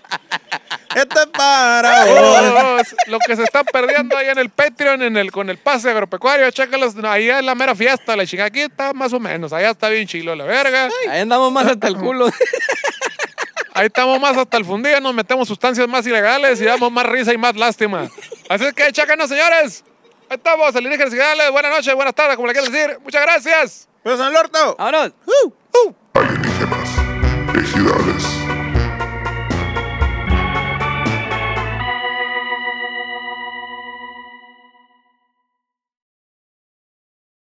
Speaker 3: <laughs> esto es
Speaker 2: <laughs>
Speaker 3: para vos.
Speaker 2: Todos lo que se está perdiendo ahí en el Patreon, en el, con el pase agropecuario, chécalos, no, ahí es la mera fiesta, la chica, aquí está más o menos, allá está bien chilo la verga,
Speaker 4: Ahí andamos más hasta
Speaker 3: <laughs>
Speaker 4: el culo.
Speaker 2: ahí estamos más hasta el fundido, nos metemos sustancias más ilegales y damos más risa y más lástima. Así es que chécanos, señores, ahí estamos, alienígenas ilegales, buenas noches, buenas tardes, como le quieras decir, muchas gracias.
Speaker 3: Pues en el orto.
Speaker 4: Vámonos.
Speaker 1: alienígenas, ejidales.